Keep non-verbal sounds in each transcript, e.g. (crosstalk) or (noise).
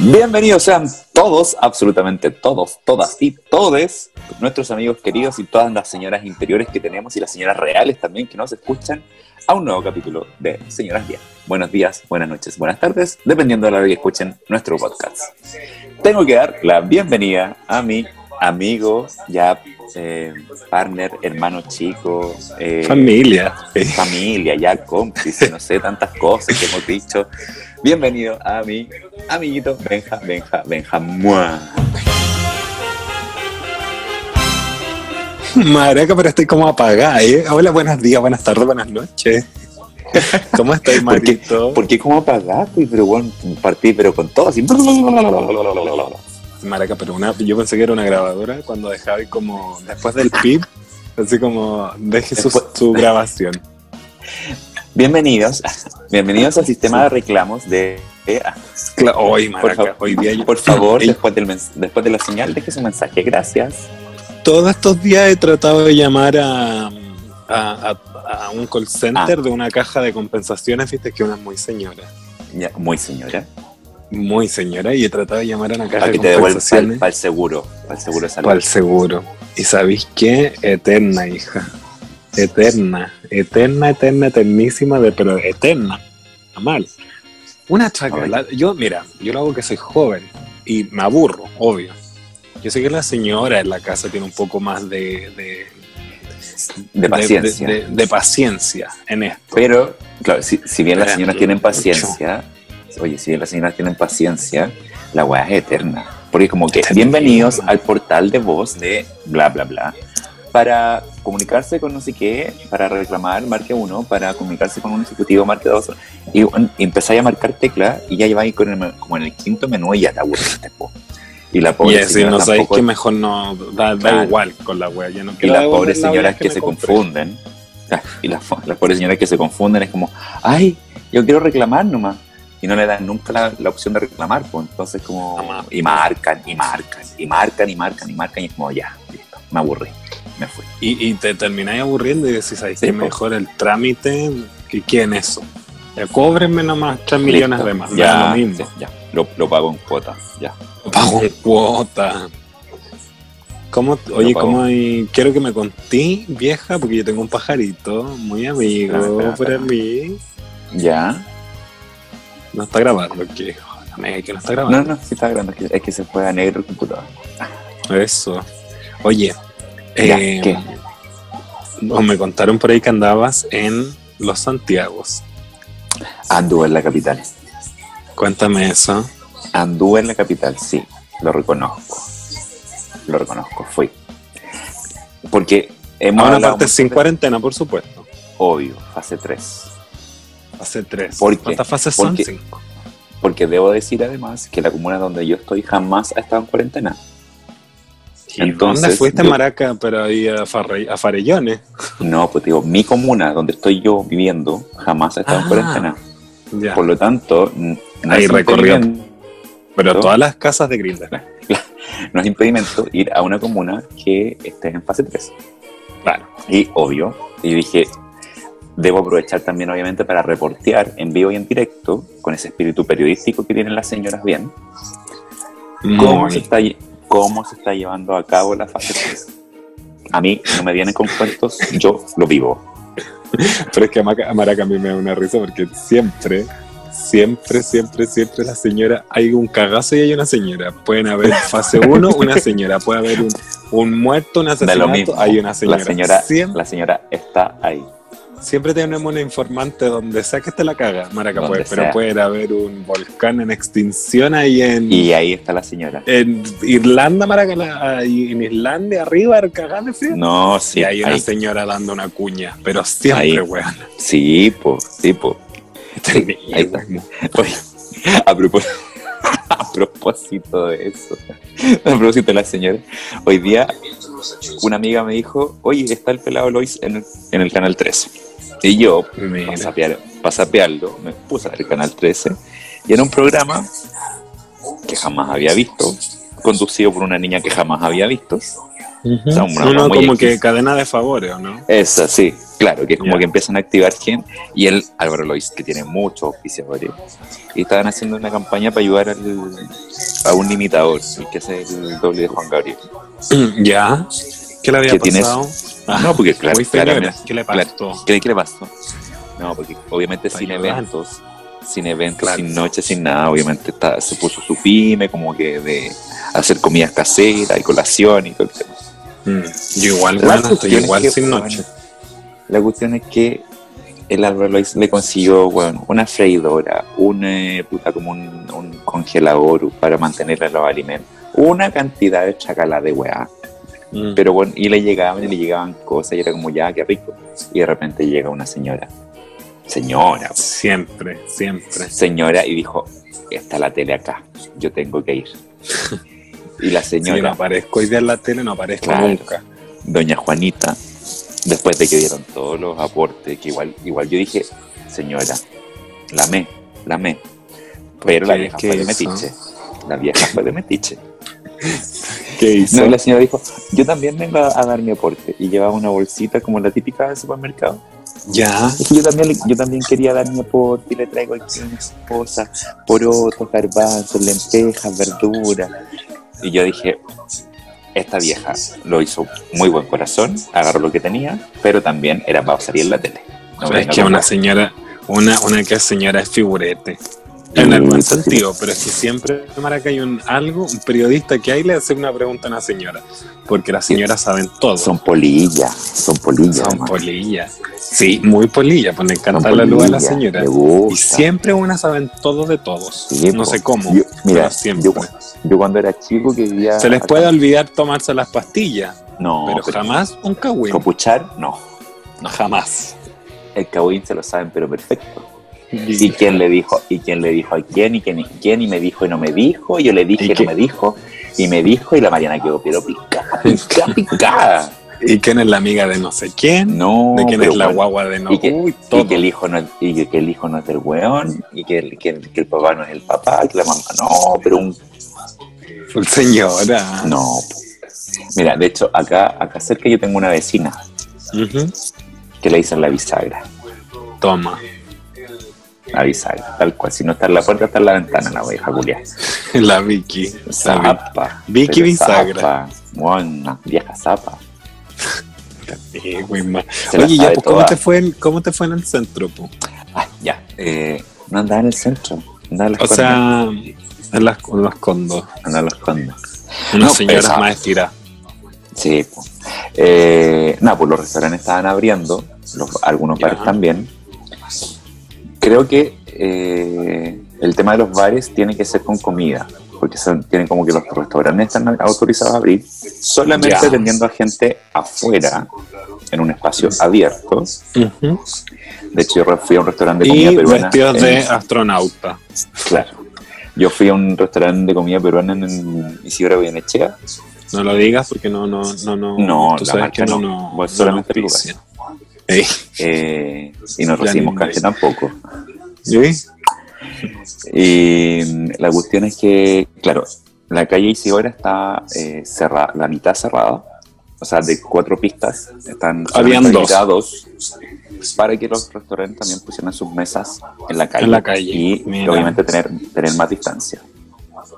Bienvenidos sean todos, absolutamente todos, todas y todes, nuestros amigos queridos y todas las señoras interiores que tenemos y las señoras reales también que nos escuchan a un nuevo capítulo de Señoras Bien. Buenos días, buenas noches, buenas tardes, dependiendo de la hora que escuchen nuestro podcast. Tengo que dar la bienvenida a mi amigo, ya eh, partner, hermano chico, eh, Familia. (laughs) (laughs) familia, ya cómplice, no sé, tantas cosas que hemos dicho. Bienvenido a mi amiguito Benja, Benja, Benja, ¡mua! Maraca, pero estoy como apagada, ¿eh? Hola, buenos días, buenas tardes, buenas noches. (laughs) ¿Cómo estás, (laughs) ¿Por qué, Marito? por qué cómo apagaste? Pero bueno, partí, pero con todo así. Maraca, pero una, yo pensé que era una grabadora cuando dejaba ahí como después del pip, así como deje su, Después- su grabación. Bienvenidos, bienvenidos al sistema de reclamos de EA. Cla- Hoy, Por, Maraca, favor, hoy día yo- por favor, Ey, después, del mens- después de la señal, deje su mensaje. Gracias. todos estos días he tratado de llamar a, a, a- a un call Ah. center de una caja de compensaciones, viste que una es muy señora. Ya, muy señora. Muy señora, y he tratado de llamar a una caja Para de que te devuelva compensaciones. para el seguro. Para el seguro de salud. Para el seguro. ¿Y sabéis qué? Eterna, hija. Eterna. Eterna, eterna, eternísima, de, pero eterna. Mal. Una chacalada. Yo, mira, yo lo hago que soy joven y me aburro, obvio. Yo sé que la señora en la casa tiene un poco más de. de de paciencia. de- de- de paciencia en esto. Pero, claro, si, si bien las Pero, señoras tienen mucho. paciencia, oye, si bien las señoras tienen paciencia, la weá es eterna. Porque como que, Eterna. bienvenidos al portal de voz de bla, bla, bla. Para comunicarse con no sé qué, para reclamar, marque uno, para comunicarse con un ejecutivo, marque dos. Y, bueno, y empezáis a marcar tecla y ya lleváis con el me- como en el quinto menú y ya te aburriste, po. Y la Y pobre si señora no sabéis tampoco- que mejor no. Da, da Claro. igual con la wea. Ya no y quiero las devolver pobres la wea señoras que, me se compré. confunden. (laughs) Ah, Y las, fo- las pobres señoras que se confunden es como, ay, yo quiero reclamar nomás. Y no le dan nunca la, la opción de reclamar, pues entonces como... Amá. Y marcan, y marcan, y marcan, y marcan, y marcan, y es como, ya, listo, me aburrí, me fui. Y, y te termináis aburriendo y decís, ahí Sí, que po. mejor el trámite que quién eso. Ya cóbrenme nomás 3 millones Listo, de más. Ya ya, lo mismo. sí, ya, lo, lo pago en cuotas, ya. Lo Pago en cuota. ¿Cómo, oye, pago. ¿cómo hay- quiero que me contí, vieja? Porque yo tengo un pajarito muy amigo Espérame, espérame, por espérame. mí. Ya. No está grabando, que joder, amiga, que no está grabando. No, no, sí está grande, es que, es que se juega negro el computador. Eso. Oye, Ya, eh, ¿qué? no, me contaron por ahí que andabas en Los Santiagos. Anduve en la capital, Cuéntame eso. anduve en la capital, sí, lo reconozco, lo reconozco, fui. Porque hemos Ahora hablado parte mucho sin de- cuarentena, por supuesto. Obvio, fase 3. Fase 3. ¿Por qué? ¿Cuántas fases ¿Por son? qué? 5. Porque debo decir además que la comuna donde yo estoy jamás ha estado en cuarentena. Entonces, ¿Dónde fuiste a yo- Maraca, pero ahí a, Farre- a Farellones? No, pues digo, mi comuna donde estoy yo viviendo jamás ha estado en Ah, cuarentena. Ya. Por lo tanto, n- no Ahí es recorrió. impedimento- pero todas las casas de Grinda. no es impedimento ir a una comuna que esté en fase 3. Claro. Y obvio, y dije, debo aprovechar también obviamente para reportear en vivo y en directo, con ese espíritu periodístico que tienen las señoras bien, Mm. ¿Cómo se, Muy. está, lle- ¿Cómo se está llevando a cabo la fase 3? A mí no me vienen con cuentos, yo lo vivo. Pero es que a Maca- a Maraca a mí me da una risa porque siempre, siempre, siempre, siempre la señora, hay un cagazo y hay una señora. Pueden haber fase 1, una señora. Puede haber un, un muerto, un Da lo asesinato, mismo. hay una señora. La, señora Siempre, la señora está ahí. siempre tenemos una informante donde sea que esté la caga, Maraca. Donde Puede, pero sea. puede haber un volcán en extinción ahí en... Y ahí está la señora. En Irlanda, Maracala, en Islandia, arriba, el cagán de frío. No, sí, y hay una ahí. señora dando una cuña, pero Ahí. siempre, weón. sí, po, sí, po. (laughs) ahí está. Oye, a propós- (laughs) a propósito de eso, a propósito de la señora, hoy día una amiga me dijo, oye, está el pelado Lois en el, en el canal 13. Y yo, (laughs) Mira. para sapear- pa' sapearlo, me puse a ver el canal 13 y era un programa que jamás había visto, conducido por una niña que jamás había visto. Ujú. Son una Uno muy como X. (clears throat) que cadena de favores, ¿o no? Esa, sí, Claro, que es como Ya. que empiezan a activar gen. Y él, Álvaro Lois, que tiene muchos auspiciadores, y estaban haciendo una campaña para ayudar al- a un imitador, el que hace el doble de Juan Gabriel. ¿Ya? ¿Qué le había ¿Qué tienes? pasado? Ah, no, porque claro, Uy, señora, claramente- ¿Qué le claro. pasó? ¿Qué, qué le pasó? No, porque obviamente sin ayudar. eventos, sin eventos, Claro. sin noche, sin nada, obviamente está, se puso su pyme como que de hacer comidas caseras y colación y todo el tema. Mm, Yo igual, La bueno, estoy cuestión es igual que, sin weón, noche. La cuestión es que el Álvaro Lois le consiguió weón, una freidora, un, eh, puta, como un, un congelador para mantener los alimentos, una cantidad de chacala de weá. Mm. Pero bueno, y le llegaban y le llegaban cosas y era como ya, qué rico. Y de repente llega una señora, señora, Siempre, siempre. señora, y dijo: Está la tele acá, yo tengo que (laughs) ir. Y la Si yo no señora, aparezco hoy día en la tele, no aparezco Claro. nunca. doña Juanita, después de que dieron todos los aportes, que igual, igual yo dije, señora, la amé, la amé. Pero la ¿Qué- vieja qué fue de hizo? metiche. La vieja fue de (laughs) metiche. ¿Qué hizo? No, la señora dijo, yo también vengo a, a dar mi aporte. Y llevaba una bolsita como la típica del supermercado. Ya. Es que yo también, le- yo también quería dar mi aporte y le traigo aquí unas cosas, porotos, garbanzos, lentejas, verduras. Y yo dije, esta vieja lo hizo muy buen corazón, agarró lo que tenía, pero también era para salir en la tele. No es venga que con una cosas. señora, una, una que es señora es figurete. Mm, En el buen sentido, pero es que siempre, Maraca, hay un algo, un periodista que hay le hace una pregunta a una señora. Porque las señoras saben todo. Son polillas, son polillas. Son hermano. polillas. Sí, muy polillas, pues me Son encanta la luz a la polillas, señora. le gusta. Y siempre una saben todo de todos. Sí, no po. sé cómo. Yo- mira, pero siempre. yo, yo cuando era chico que vivía... Se les acá- puede olvidar tomarse las pastillas, No, pero, jamás un cagüín. Copuchar, no. Jamás. El cabuín se lo saben, pero perfecto. y quién le dijo y quién le dijo a quién y quién y quién y me dijo y no me dijo y yo le dije ¿Y y no qué? me dijo y me dijo y la Mariana quedó pero (laughs) picada picada picada ¿Y quién es la amiga de no sé quién? no ¿De quién pero es la bueno, guagua de no? y que, Uy, y todo. que el hijo no y que- que el hijo no es del weón y que el, que, el- que el papá no es el papá que la mamá no pero un Señora. no mira de hecho acá acá cerca yo tengo una vecina Ujú. que le dicen la bisagra Toma. (laughs) la bisagra tal cual si no está en la puerta está en la ventana la vieja culia La Vicky. La zapa Vicky pero Bisagra. zapa, Buena, vieja zapa Vicky. Eh, güey, ma. Se la Oye, ya, sabe pues, ¿cómo toda. te, fue en, ¿cómo te fue en el centro? po? Ah, ya. Eh, no andaba en el centro. Andaba en las O condes. sea, en las, en las condos. Andaba en las condes. No, Unas señoras esa- más estiradas. Sí. po. Eh, nada, pues los restaurantes estaban abriendo. los- algunos Ya. bares también. Creo que eh, el tema de los bares tiene que ser con comida. Porque son, tienen como que los restaurantes están autorizados a abrir. Solamente Ya. atendiendo a gente afuera. En un espacio abierto. Ujú. De hecho, yo fui a un restaurante de comida Y peruana. vestidos de en- astronauta. Claro. Yo fui a un restaurante de comida peruana en Isidro Goyenechea. No lo digas porque no, no, no, no. No, tú la sabes marca que no, no. no. Pues no solamente el auspicia. Ey, eh, y no Ya recibimos ni canje idea. tampoco. ¿sí? Y mm, la cuestión es que, claro, la calle Isidora está eh, cerrada, la mitad cerrada. O sea, de cuatro pistas están Habían solamente dos. habilitados para que los restaurantes también pusieran sus mesas en la calle. En la calle, Y mira. obviamente tener, tener más distancia.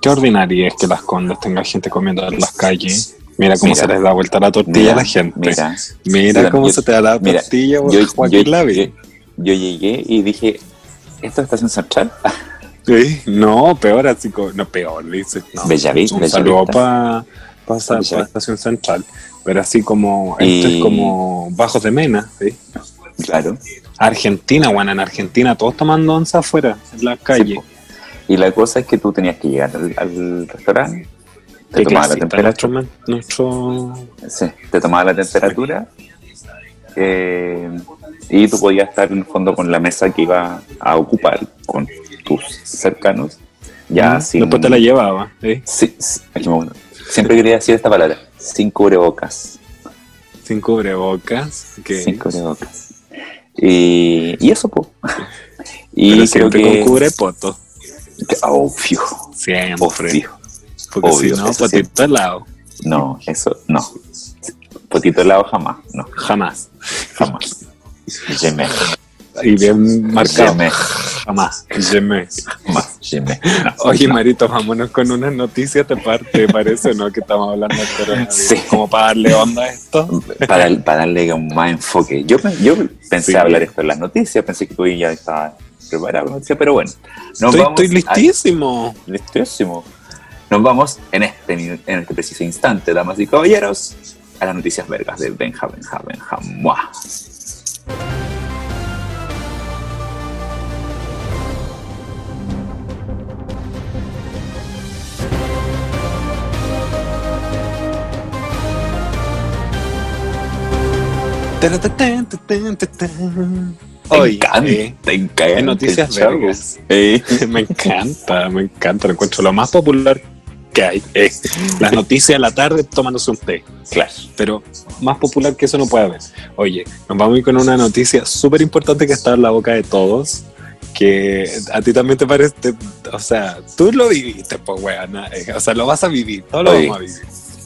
Qué ordinaria es que las condes tenga gente comiendo en las calles. Mira cómo Mira. se les da vuelta la tortilla a la gente. Mira, Mira, Mira, cómo yo- se te da la mira, tortilla, yo, a yo- eh, Joaquín Lavi. yo llegué y dije, ¿esto es Estación Central? Sí, No, peor, así como. No, peor, le dices. No. Bellavi- Un Bellavista. saludo para pa, sa- Bellavista. pa Estación Central. Pero así como. Y- Esto es como Bajos de Mena, ¿sí? (laughs) Claro. Argentina, bueno, en Argentina, todos tomando onza afuera, en la Sí, calle. po. y la cosa es que tú tenías que llegar al, al restaurante, te Qué tomaba, la clasista temperatura, nuestro- nuestro- sí, te tomaba la temperatura eh, y tú podías estar en el fondo con la mesa que iba a ocupar con tus cercanos. Ya Mm, sin, Después te la llevaba. ¿eh? Sí, sí, aquí me gusta. Siempre quería decir esta palabra, sin cubrebocas. Sin cubrebocas. Que, Sin cubrebocas. Y, y eso, (laughs) po. Y creo pero siempre que... con cubrepoto. que- oh, obvio, Siempre. obvio. porque si obvio, no, eso potito al lado. No, eso no. Potito helado jamás, no, Jamás. jamás. Jeme. Y bien marcado. Jeme. Jamás. Yeme. Más. Jeme. (laughs) Oye, Marito, vámonos con unas noticias de parte, parece, ¿no? Que estamos hablando de coronavirus. Sí. Como para darle onda a esto. para, para darle un más enfoque. Yo, pe- yo pensé Sí. hablar esto en las noticias, pensé que tú ya estabas preparado, no sé, pero bueno. Nos estoy, vamos estoy listísimo. a- listísimo. Nos vamos en este, minu- en este preciso instante, damas y caballeros, a las noticias vergas de Benja, Benja, Benja, muah. Te Oye, encanta, eh, te encanta. en noticias chavo. vergas. Eh, (laughs) me encanta, me encanta. Lo encuentro lo más popular que hay. Eh, las noticias de la tarde tomándose un té. claro. Pero más popular que eso no puede haber. Oye, nos vamos a ir con una noticia súper importante que está en la boca de todos. Que a ti también te parece. te- o sea, tú lo viviste, pues, weana. eh, O sea, lo vas a vivir, todos lo Oye. vamos a vivir.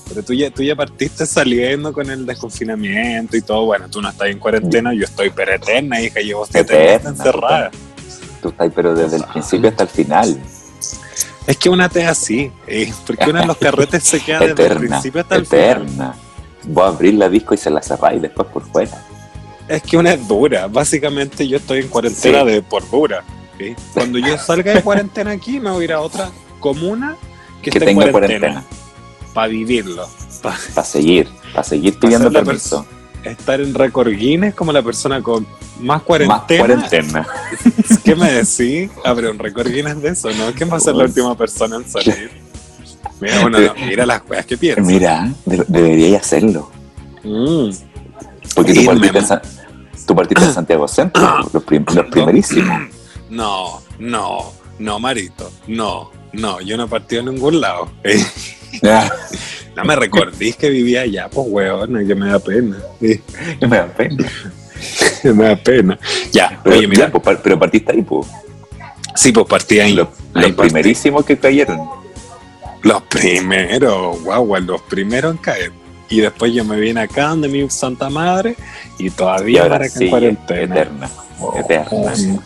Pero tú ya, tú ya partiste saliendo con el desconfinamiento y todo. Bueno, tú no estás en cuarentena, yo estoy pero eterna, hija. Llevo siete meses Eterna, encerrada. Tú estás, pero desde Ah. el principio hasta el final. Es que una te así, eh, porque una de los carretes se queda desde el Eterna. principio hasta el final. Eterna. Voy a abrir la disco y se la cerráis después por fuera. Es que una es dura. Básicamente yo estoy en cuarentena Sí. de por dura. ¿sí? Cuando yo salga de cuarentena aquí, me voy a ir a otra comuna que, Que esté en tenga cuarentena cuarentena. para vivirlo. Para Para seguir. Para seguir pidiendo ser la permiso. estar en récord Guinness como la persona con más Más cuarentena. (laughs) cuarentena. ¿Qué me decís? Abre un récord Guinness de eso, ¿no? ¿Quién va a ser la Uy. Eh, última persona en salir? Mira, bueno, no, mira las cosas que pienso. Mira, de- deberías hacerlo. Mm. Porque tú Irme, partiste, en, man. San- tú partiste (clears throat) en Santiago Centro. Los, prim- los primerísimos. No, no, no, Marito, no, no, yo no he partido en ningún lado. (laughs) Eh, Ah, No me recordís que vivía allá, pues weón, que me da pena. (laughs) Eh, (laughs) Me da pena. me da pena. Ya, Pero, oye, mira, ya, pues, par- pero partiste ahí, pues. sí, pues partí ahí. Los, los Ahí partí. primerísimos que cayeron. Los primeros, guau, los primeros en caer. Y después yo me vine acá donde mi santa madre y Y todavía ahora para sí, en cuarentena. eterna. Oh, Eterna. oh.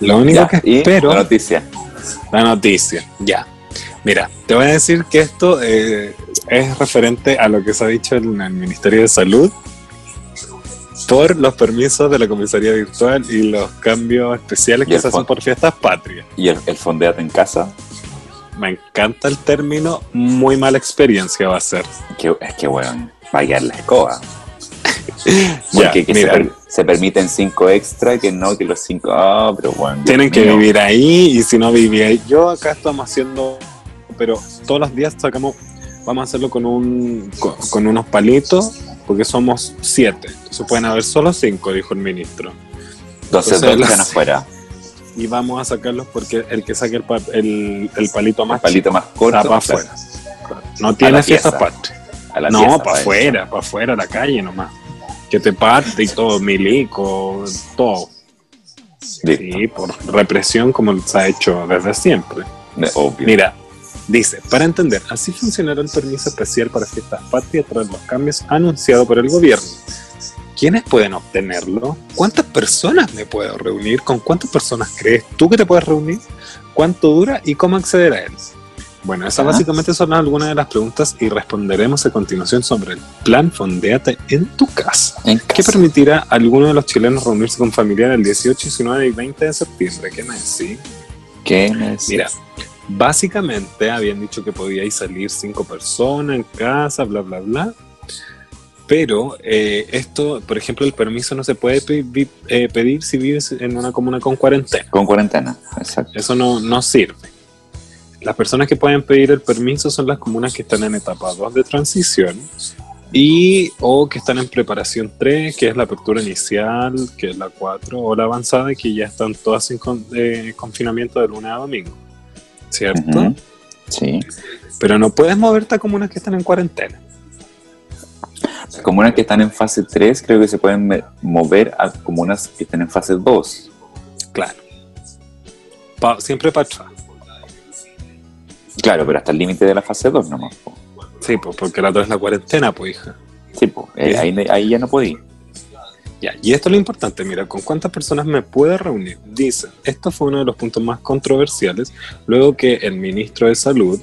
Lo único Ya, que y espero. la noticia. La noticia, ya. Mira, te voy a decir que esto eh, es referente a lo que se ha dicho en el Ministerio de Salud por los permisos de la comisaría virtual y los cambios especiales Y que el se hacen fondo. por fiestas patrias. Y el, el fondeate en casa. Me encanta el término, muy mala experiencia va a ser. Que, es que, weón, va a quedar la escoba. Ya, Porque que se, mira, per- se permiten cinco extra, que no, que los cinco. Ah, pero bueno. tienen que vivir ahí y si no vivía ahí, yo acá estamos haciendo, pero todos los días sacamos, vamos a hacerlo con un con, con unos palitos porque somos siete, entonces pueden haber solo cinco, dijo el ministro, Entonces, Entonces, dos los- quedan afuera. y vamos a sacarlos porque el que saque el, pa- el, el palito más Palito más corto. está para o sea, Ah, afuera, no tiene la fiesta pieza. aparte. A la No, pieza, pues. para afuera, para afuera, a la calle nomás. Que te parte y todo, milico, todo. Listo. Sí, por represión como se ha hecho desde siempre. De- Obvio. Mira, dice, para entender, así funcionará el permiso especial para fiestas patrias tras los cambios anunciados por el gobierno. ¿Quiénes pueden obtenerlo? ¿Cuántas personas me puedo reunir? ¿Con cuántas personas crees tú que te puedes reunir? ¿Cuánto dura y cómo acceder a él? Bueno, esas Ah. básicamente son algunas de las preguntas y responderemos a continuación sobre el plan Fondeate en tu casa En que casa. permitirá a algunos de los chilenos reunirse con familiares el 18, 19 y 20 de septiembre. ¿Qué me decís? ¿Qué me decís? Mira, básicamente habían dicho que podíais salir cinco personas en casa, bla, bla, bla. Pero eh, esto, por ejemplo, el permiso no se puede pe- vi- eh, pedir si vives en una comuna con cuarentena. Con cuarentena. Exacto. Eso no, no sirve. Las personas que pueden pedir el permiso son las comunas que están en etapa 2 de transición y o que están en preparación 3, que es la apertura inicial, que es la 4 o la avanzada, y que ya están todas en con- eh, confinamiento de lunes a domingo. ¿Cierto? Ujú. Sí. Pero no puedes moverte a comunas que están en cuarentena. Las comunas que están en fase 3 creo que se pueden me- mover a comunas que están en fase 2. Claro. Pa- siempre para atrás. Claro, pero hasta el límite de la fase 2 nomás. po. Sí, pues porque la 2 es la cuarentena, pues hija. Sí, po. Eh, Sí. ahí, ahí ya no podí. Ya, y esto es lo importante, mira, ¿con cuántas personas me puede reunir? Dice, esto fue uno de los puntos más controversiales luego que el ministro de Salud,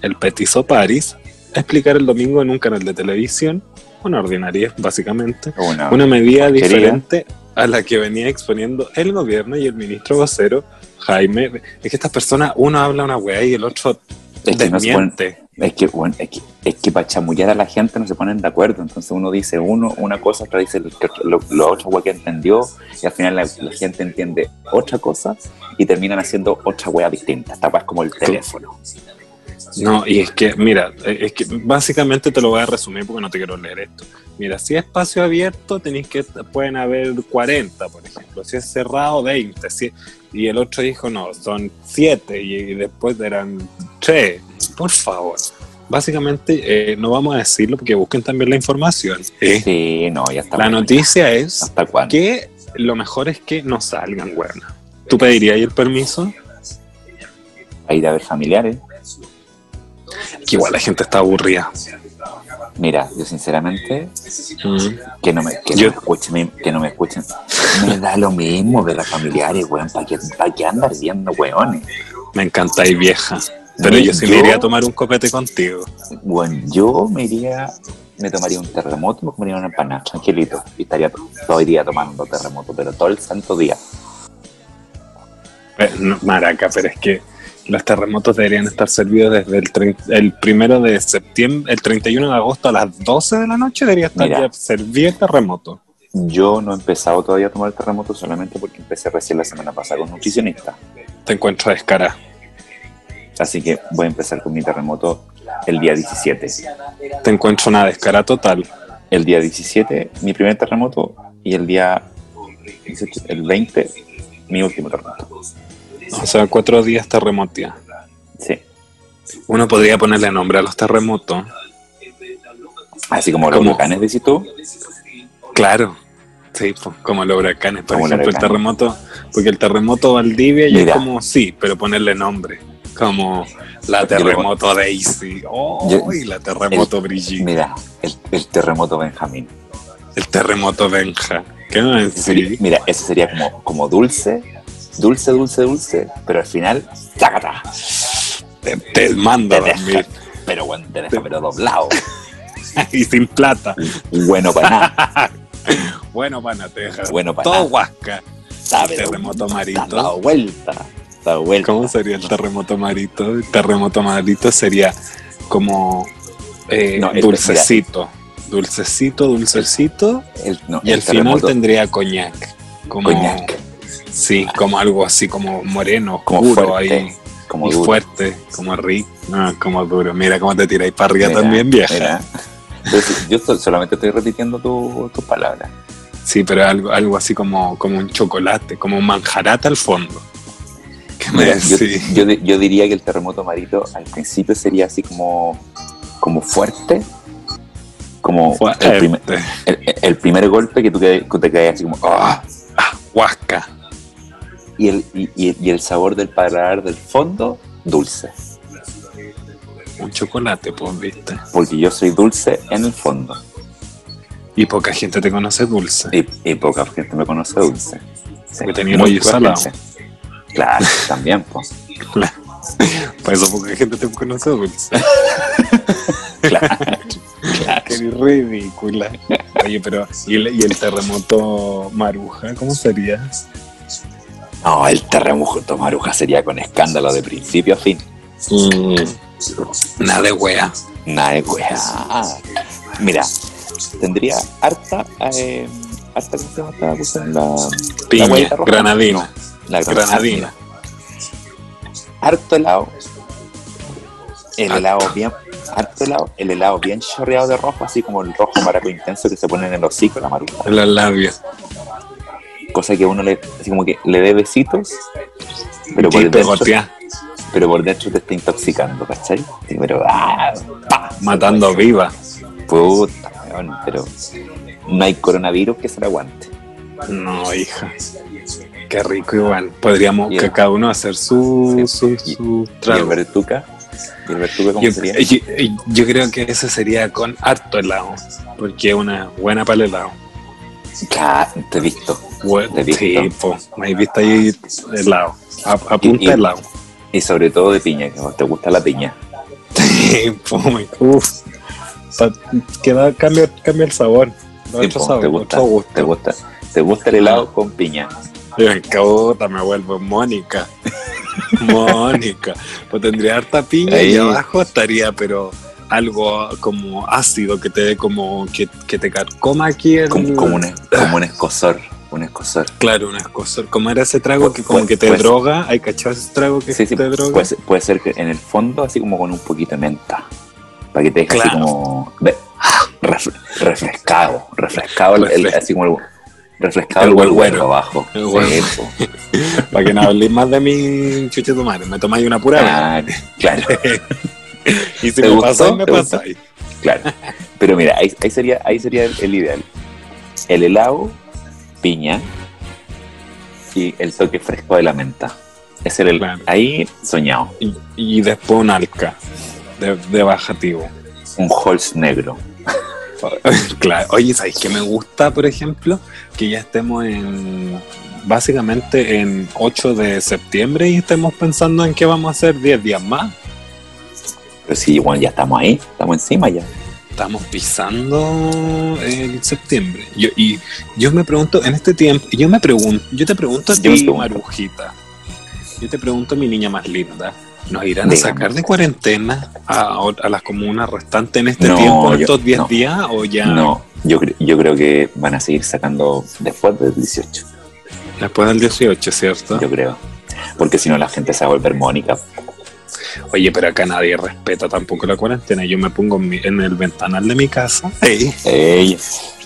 el petizo París, explicara el domingo en un canal de televisión, una ordinaria básicamente, Una, una medida porquería. diferente a la que venía exponiendo el gobierno y el ministro vocero Jaime. Es que estas personas, uno habla una weá y el otro es que no se ponen- desmiente. es que, bueno, es que, es que para chamullar a la gente no se ponen de acuerdo. Entonces uno dice uno, una cosa, otra dice el que- lo, lo otro weá que entendió, y al final la, la gente entiende otra cosa y terminan haciendo otra weá distinta. Esta weá es como el teléfono. No, y es que, mira, eh, es que básicamente te lo voy a resumir porque no te quiero leer esto. Mira, si es espacio abierto, tenéis que, pueden haber 40, por ejemplo. Si es cerrado, 20. Si- y el otro dijo, no, son 7 y, y después eran 3. Por favor. Básicamente, eh, no vamos a decirlo porque busquen también la información. Sí, no, ya está. La bueno, noticia es ¿Hasta cuándo? que lo mejor es que no salgan, weón. ¿Tú pedirías ahí el permiso? Ahí de haber familiares. Que igual la gente está aburrida. Mira, yo sinceramente, Mm. que no me, que Yo- no me escuchen, mi- que no me escuchen. Me da lo mismo ver a familiares, weón. ¿Para qué, pa' qué andar viendo, weones? Me encantáis vieja. Pero yo sí me iría a tomar un copete contigo. Bueno, yo me iría, me tomaría un terremoto y me comería una empanada, tranquilito. Y estaría to- todo el día tomando terremoto, pero todo el santo día. Eh, no, maraca, pero es que los terremotos deberían estar servidos desde el, trein- el primero de septiembre, el 31 de agosto a las 12 de la noche debería estar Mira. ya servido el terremoto. Yo no he empezado todavía a tomar terremoto solamente porque empecé recién la semana pasada con nutricionista. Te encuentro descarada. Así que voy a empezar con mi terremoto el día 17. Te encuentro una descara total. El día 17, mi primer terremoto, y el día 18, el 20, mi último terremoto. O sea, cuatro días terremotia. Sí. Uno podría ponerle nombre a los terremotos. Así como los ¿Cómo? huracanes, decís tú. Claro. Sí, pues, como los huracanes, por Como los ejemplo, el huracanes. terremoto, porque el terremoto Valdivia ya Mira. es como sí, pero ponerle nombre, como la terremoto Daisy, oh, Yo- y la terremoto Brigitte, Mira, el, el terremoto Benjamín. el terremoto Benja, ¿qué no es? Sería- Sí, Mira, eso sería como, como dulce, dulce, dulce, dulce, pero al final, ¡tácata! te, te manda a Te deja, dormir, pero bueno, te deja, pero doblado. (laughs) y sin plata, Bueno para nada, bueno, pana, te deja bueno para todo nada. huasca, Está, pero terremoto está marito, dado vuelta, está vuelta. (laughs) ¿cómo sería el terremoto marito? El terremoto marito sería como eh, No, el- dulcecito, dulcecito, dulcecito, El, no, Y al el final terremoto tendría coñac. Como, Coñac. Sí, como algo así, como moreno, Como oscuro fuerte, ahí. como y duro. fuerte, como rico. No, como duro. Mira cómo te tiráis para arriba Mira, también, vieja. mira. Entonces, yo so- solamente estoy repitiendo tu- tus palabras. Sí, pero algo, algo así como, como un chocolate, como un manjarata al fondo. ¿Qué me (laughs) Mira, yo, decís? yo di- yo diría que el terremoto marito al principio sería así como, como fuerte, como el, Fuerte, primer- el, el primer golpe que tú que- que te caes así como ¡ah! Huasca. y, el, y, y- y el sabor del paladar del fondo dulce Un chocolate, pues, viste. porque yo soy dulce en el fondo Y poca gente te conoce dulce. y, y poca gente me conoce dulce Sí, Porque tenía muy el hoyo poca salado. gente. claro también pues Por eso poca gente te conoce dulce. (laughs) claro, Qué ridícula. Oye, pero ¿y el, y el terremoto Maruja? ¿Cómo sería? no el terremoto maruja sería con escándalo de principio a fin Mm, nada de wea. Nada de wea. Mira, tendría harta. Eh, harta ¿cómo se llama esta cuestión? La, Piña, huevita roja. granadina, la granadina. Harto helado. El Harto. helado bien. Harto helado. El helado bien chorreado de rojo, así como el rojo maraco intenso que se pone en el hocico, la maruja. en los labios. Cosa que uno le. Así como que le dé besitos. Pero por, Y te dentro, gotea, pero por dentro te está intoxicando, ¿cachai? Sí, pero. ¡ah! ¡pa! matando viva. Puta, weón, pero. No hay coronavirus que se lo aguante. No, hija. Qué rico igual. Podríamos Bien. que cada uno hacer su, su, Sí. su ¿Y el trago. Bertuca? ¿Y el Bertuca cómo Yo, sería? yo- yo creo que eso sería con harto helado, porque es una buena para el helado. Ya, te he visto. Bueno, Te he visto. sí, po, me he visto ahí helado. A, a Y- y- punta helado. (laughs) Y sobre todo de piña, que te gusta la piña. Sí, po, me- uf. Pa- queda, cambia, cambia el sabor. Da Sí, otro po, sabor, te gusta, otro gusto. Ah. te gusta. Te gusta el helado con piña. Ay, qué puta, me vuelvo (laughs) Mónica. Mónica. Pues tendría harta piña Ahí. y abajo estaría, pero algo como ácido que te dé como que, que te carcoma aquí el, Como, como un, como un escosor. Un escosor. claro, un escosor. Como era ese trago que como Pues- que te pues- droga, hay cachado ese trago que Sí, sí, te Este droga. puede, ser- puede ser que en el fondo, así como con un poquito de menta. Para que te deje así Claro. como. ve, ref- refrescado. Refrescado, el- el- Refres- así como el. Refrescado El el huelguero. huevo abajo. El huevo. Sí, po. Para que no habléis más de mi chuche tu madre. Me tomáis una pura. vez. Ah, claro. y si ¿te me gustó? pasáis, me ¿Te gustó? pasáis. Claro. Pero mira, ahí, ahí sería, ahí sería el, el ideal. El helado, piña y el toque fresco de la menta. Ese era el Claro. ahí soñado. Y, y después un alca de, de bajativo. Un Holz negro. (laughs) Claro, oye, ¿sabes qué me gusta, por ejemplo? Que ya estemos en, básicamente en 8 de septiembre y estemos pensando en qué vamos a hacer 10 días más. Pero sí, igual ya estamos ahí, estamos encima ya. Estamos pisando el septiembre. Yo, y yo me pregunto, en este tiempo, yo me pregunto, yo te pregunto a Yo me ti, pregunto. Marujita, yo te pregunto, mi niña más linda, ¿nos irán a Dígame. sacar de cuarentena a, a las comunas restantes en este No, tiempo, yo- estos 10 no. días o ya No, yo, cre- yo creo que van a seguir sacando después del 18, después del 18, cierto? yo creo. Porque si no la gente se va a volver Mónica. Oye, pero acá nadie respeta tampoco la cuarentena. Yo me pongo en, mi- en el ventanal de mi casa ey, Ey,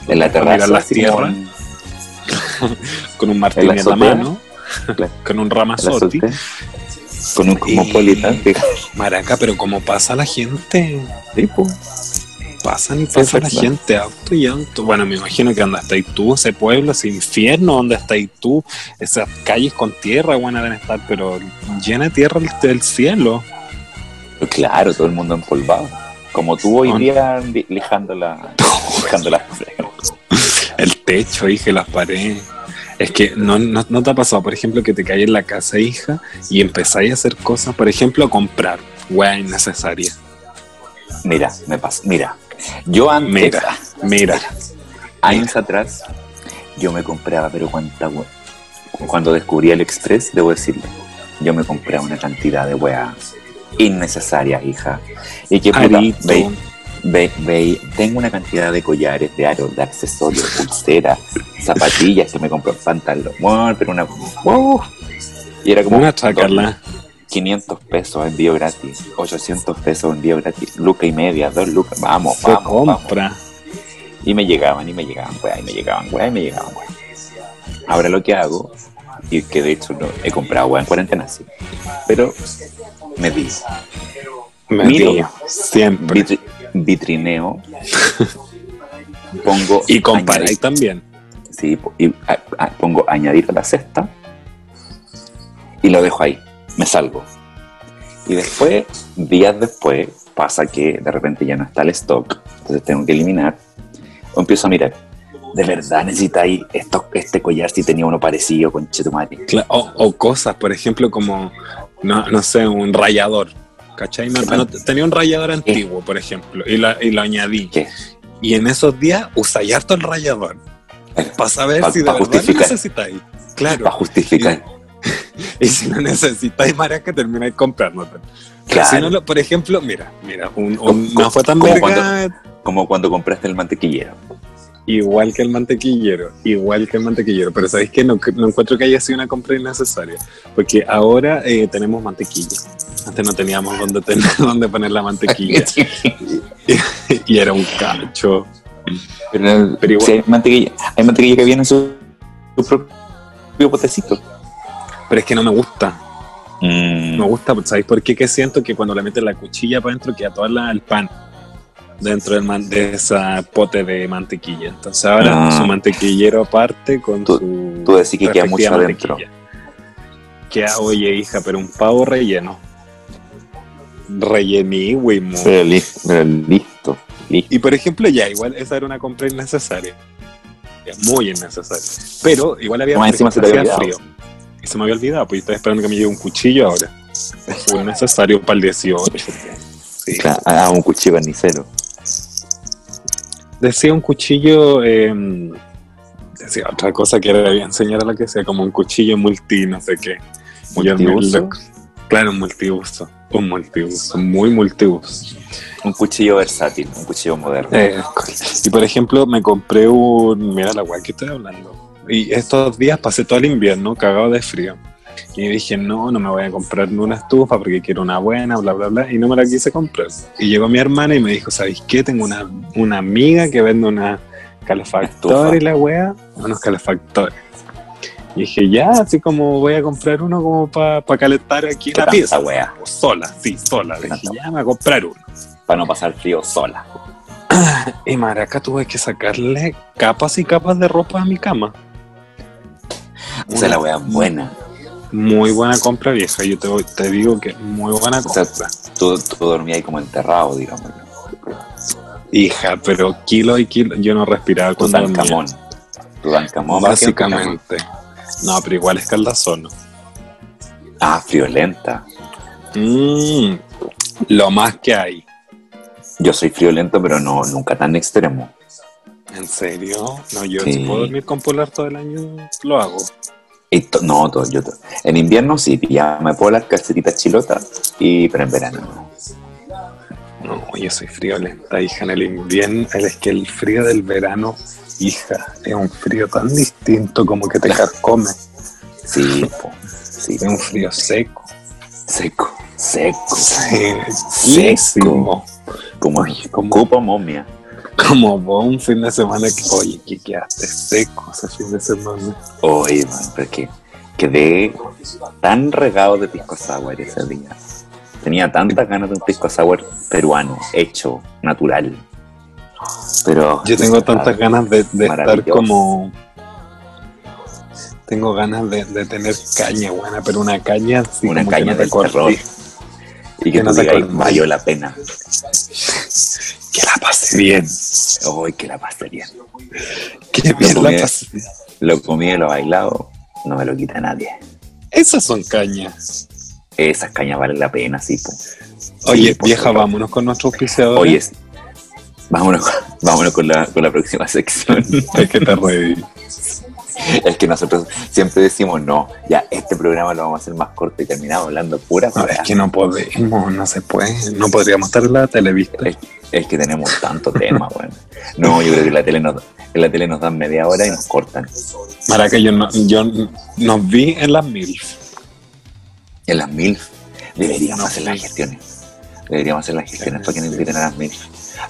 en la terraza. mirar las así como tierras. en- con un martini ¿En la en la azotea? mano, Claro. con un en la ramazotti. azotea, Con un cosmopolitan. que- Maraca, pero como pasa la gente, Sí, pues. pasan y pasa la verdad. gente, auto y auto. Bueno, me imagino que donde estáis tú, ese pueblo, ese infierno donde estáis tú, esas calles con tierra, bueno, deben estar, pero llena de tierra el, el cielo. Claro, todo el mundo empolvado. Como tú hoy Son- día li- lijando la, lijando las flores. El techo, hija, y las paredes. Es que no, no, no te ha pasado, por ejemplo, que te caes en la casa, hija, y empezáis a hacer cosas, por ejemplo, a comprar, weá, innecesaria. Mira, me pasa. Mira, yo antes, Mira. Mira, años atrás, yo me compraba, pero cuánta wea. Cuando descubrí el Express, debo decirlo, yo me compraba una cantidad de wea innecesaria, hija. Y que puta, arito, ve- Ve, ve, tengo una cantidad de collares, de aros, de accesorios, pulseras, zapatillas que me compró pantalón, bueno, pero una... ¡Wow! y era como una chacarla. 500 pesos envío gratis, 800 pesos envío gratis, luca y media, dos lucas, vamos, Se vamos, vamos. compra. Y me llegaban, y me llegaban, weá, y me llegaban, weá, y me llegaban, weá. Ahora lo que hago, y que de hecho lo he comprado, weá, en cuarentena, sí, pero me di, Me Miro. digo, siempre. vitri- vitrineo, pongo... Y comparáis añadir- también. Sí, po- y a- a- pongo añadir a la cesta y lo dejo ahí, me salgo. Y después, días después, pasa que de repente ya no está el stock, entonces tengo que eliminar. O empiezo a mirar, ¿de verdad necesitáis esto- este collar si tenía uno parecido con Chetumari? Cla- O, o cosas, por ejemplo, como, no, no sé, un rayador. ¿Cachai? No- no- tenía un rayador antiguo, por ejemplo, y, la- y lo añadí. ¿Qué? Y en esos días usáis harto el rayador. Para saber Pa- si de pa verdad lo justificar. necesitáis. Para Claro. justificar. Y si lo necesitáis, maraca, termináis comprándolo. Pero Claro. si no, lo- por ejemplo, mira, mira, un, un- Co- no fue tan como verga, cuando- Como cuando compraste el mantequillero. igual que el mantequillero, igual que el mantequillero. Pero sabéis que no, no encuentro que haya sido una compra innecesaria. Porque ahora eh, tenemos mantequilla. Antes no teníamos dónde, tener, (laughs) dónde poner (laughs) la mantequilla. y era un cacho. Pero, Pero igual- si hay, mantequilla, hay mantequilla que viene en su, su propio potecito. Pero es que no me gusta. Mm. Me gusta, pues, ¿sabéis por qué? Que siento que cuando le meten la cuchilla para adentro queda toda la, el pan dentro del man- de esa pote de mantequilla. Entonces ahora Ah. su mantequillero aparte con Tú- su. tú decís que queda mucho respectiva adentro. mantequilla. Queda, oye, hija, pero un pavo relleno. Rellení, güey, mo. Pero listo, pero listo, listo. Y por ejemplo, ya, igual esa era una compra innecesaria. innecesaria, muy innecesaria. Pero igual había, Más encima se te había hacía olvidado. Y se me había olvidado, pues yo estaba esperando que me llegue un cuchillo ahora. Fue necesario para el 18. Sí. Claro, ah, un cuchillo carnicero. Decía un cuchillo, eh, decía otra cosa que le voy a enseñar a la que sea, como un cuchillo multi, no sé qué. Y yo me- ¿Multiuso? Claro, un multiuso. Un multiuso, muy multiuso. Un cuchillo versátil, un cuchillo moderno. Eh, y por ejemplo, me compré un. Mira la weá que estoy hablando. Y estos días pasé todo el invierno cagado de frío. Y dije, no, no me voy a comprar una estufa porque quiero una buena, bla, bla, bla. Y no me la quise comprar. Y llegó mi hermana y me dijo, ¿sabéis qué? Tengo una, una amiga que vende una calefactor Estufa. y la weá, unos calefactores. Y dije, ya, así como voy a comprar uno como para calentar aquí ¿Qué la tanta pieza. wea? Sola, sí, sola. Dije, tanta ya me voy a comprar uno. Para no pasar frío sola. Y maraca, tuve que sacarle capas y capas de ropa a mi cama. Esa es la wea buena. Muy buena compra, vieja. Yo te, te digo que muy buena O sea, compra. tú, tú dormías ahí como enterrado, digamos. Hija, pero kilo y kilo. Yo no respiraba Tu cuando tan dormía. camón. Tu tan camón. Básicamente. No, pero igual es caldazono. Ah, friolenta. Mm, lo más que hay. Yo soy friolento, pero no nunca tan extremo. ¿En serio? No, yo Sí. si puedo dormir con polar todo el año, lo hago. Y to- no, to- yo to- en invierno sí, pijama de polar, calcetitas chilotas, y, pero en verano no. No, yo soy friolenta, hija, en el invierno, el- es que el frío del verano, hija, es un frío tan distinto como que te carcome, es Sí, po, sí, un frío seco, seco, (laughs) seco, seco, sequísimo, como, Oye, como- cupo momia. como vos un fin de semana que, oye, que quedaste seco ese fin de semana. Oye, man, pero que quedé tan regado de pisco sour ese día. Tenía tantas ganas de un pisco sour peruano, hecho, natural. Pero Yo tengo tantas ganas de, de estar Maravilloso. como... Tengo ganas de, de tener caña, buena, pero una caña así Una como que caña no te del corte. terror. y que que no no digas, te "Ay, acuerdas". valió la pena. Que la pase bien. Hoy que la pasé bien. Que bien comí- la pase bien. Lo comí y lo bailado, no me lo quita nadie. Esas son cañas. Esas cañas valen la pena, sí, po. Oye, Sí, por vieja, supuesto. vámonos con nuestro auspiciador. Oye, vámonos, con- (laughs) vámonos con, la, con la próxima sección. es que te reí. es que nosotros siempre decimos, no, ya este programa lo vamos a hacer más corto y terminamos hablando pura. No, es weá. que no podemos, no se puede. No podríamos estar en la televista. Es, es que tenemos tanto tema, bueno. No, yo creo que en la tele nos, en la tele nos dan media hora y nos cortan. Maraca, yo, no, yo n- nos vi en las mil. En las mil deberíamos No. pues. hacer las gestiones. Deberíamos hacer las gestiones para que nos inviten a las mil.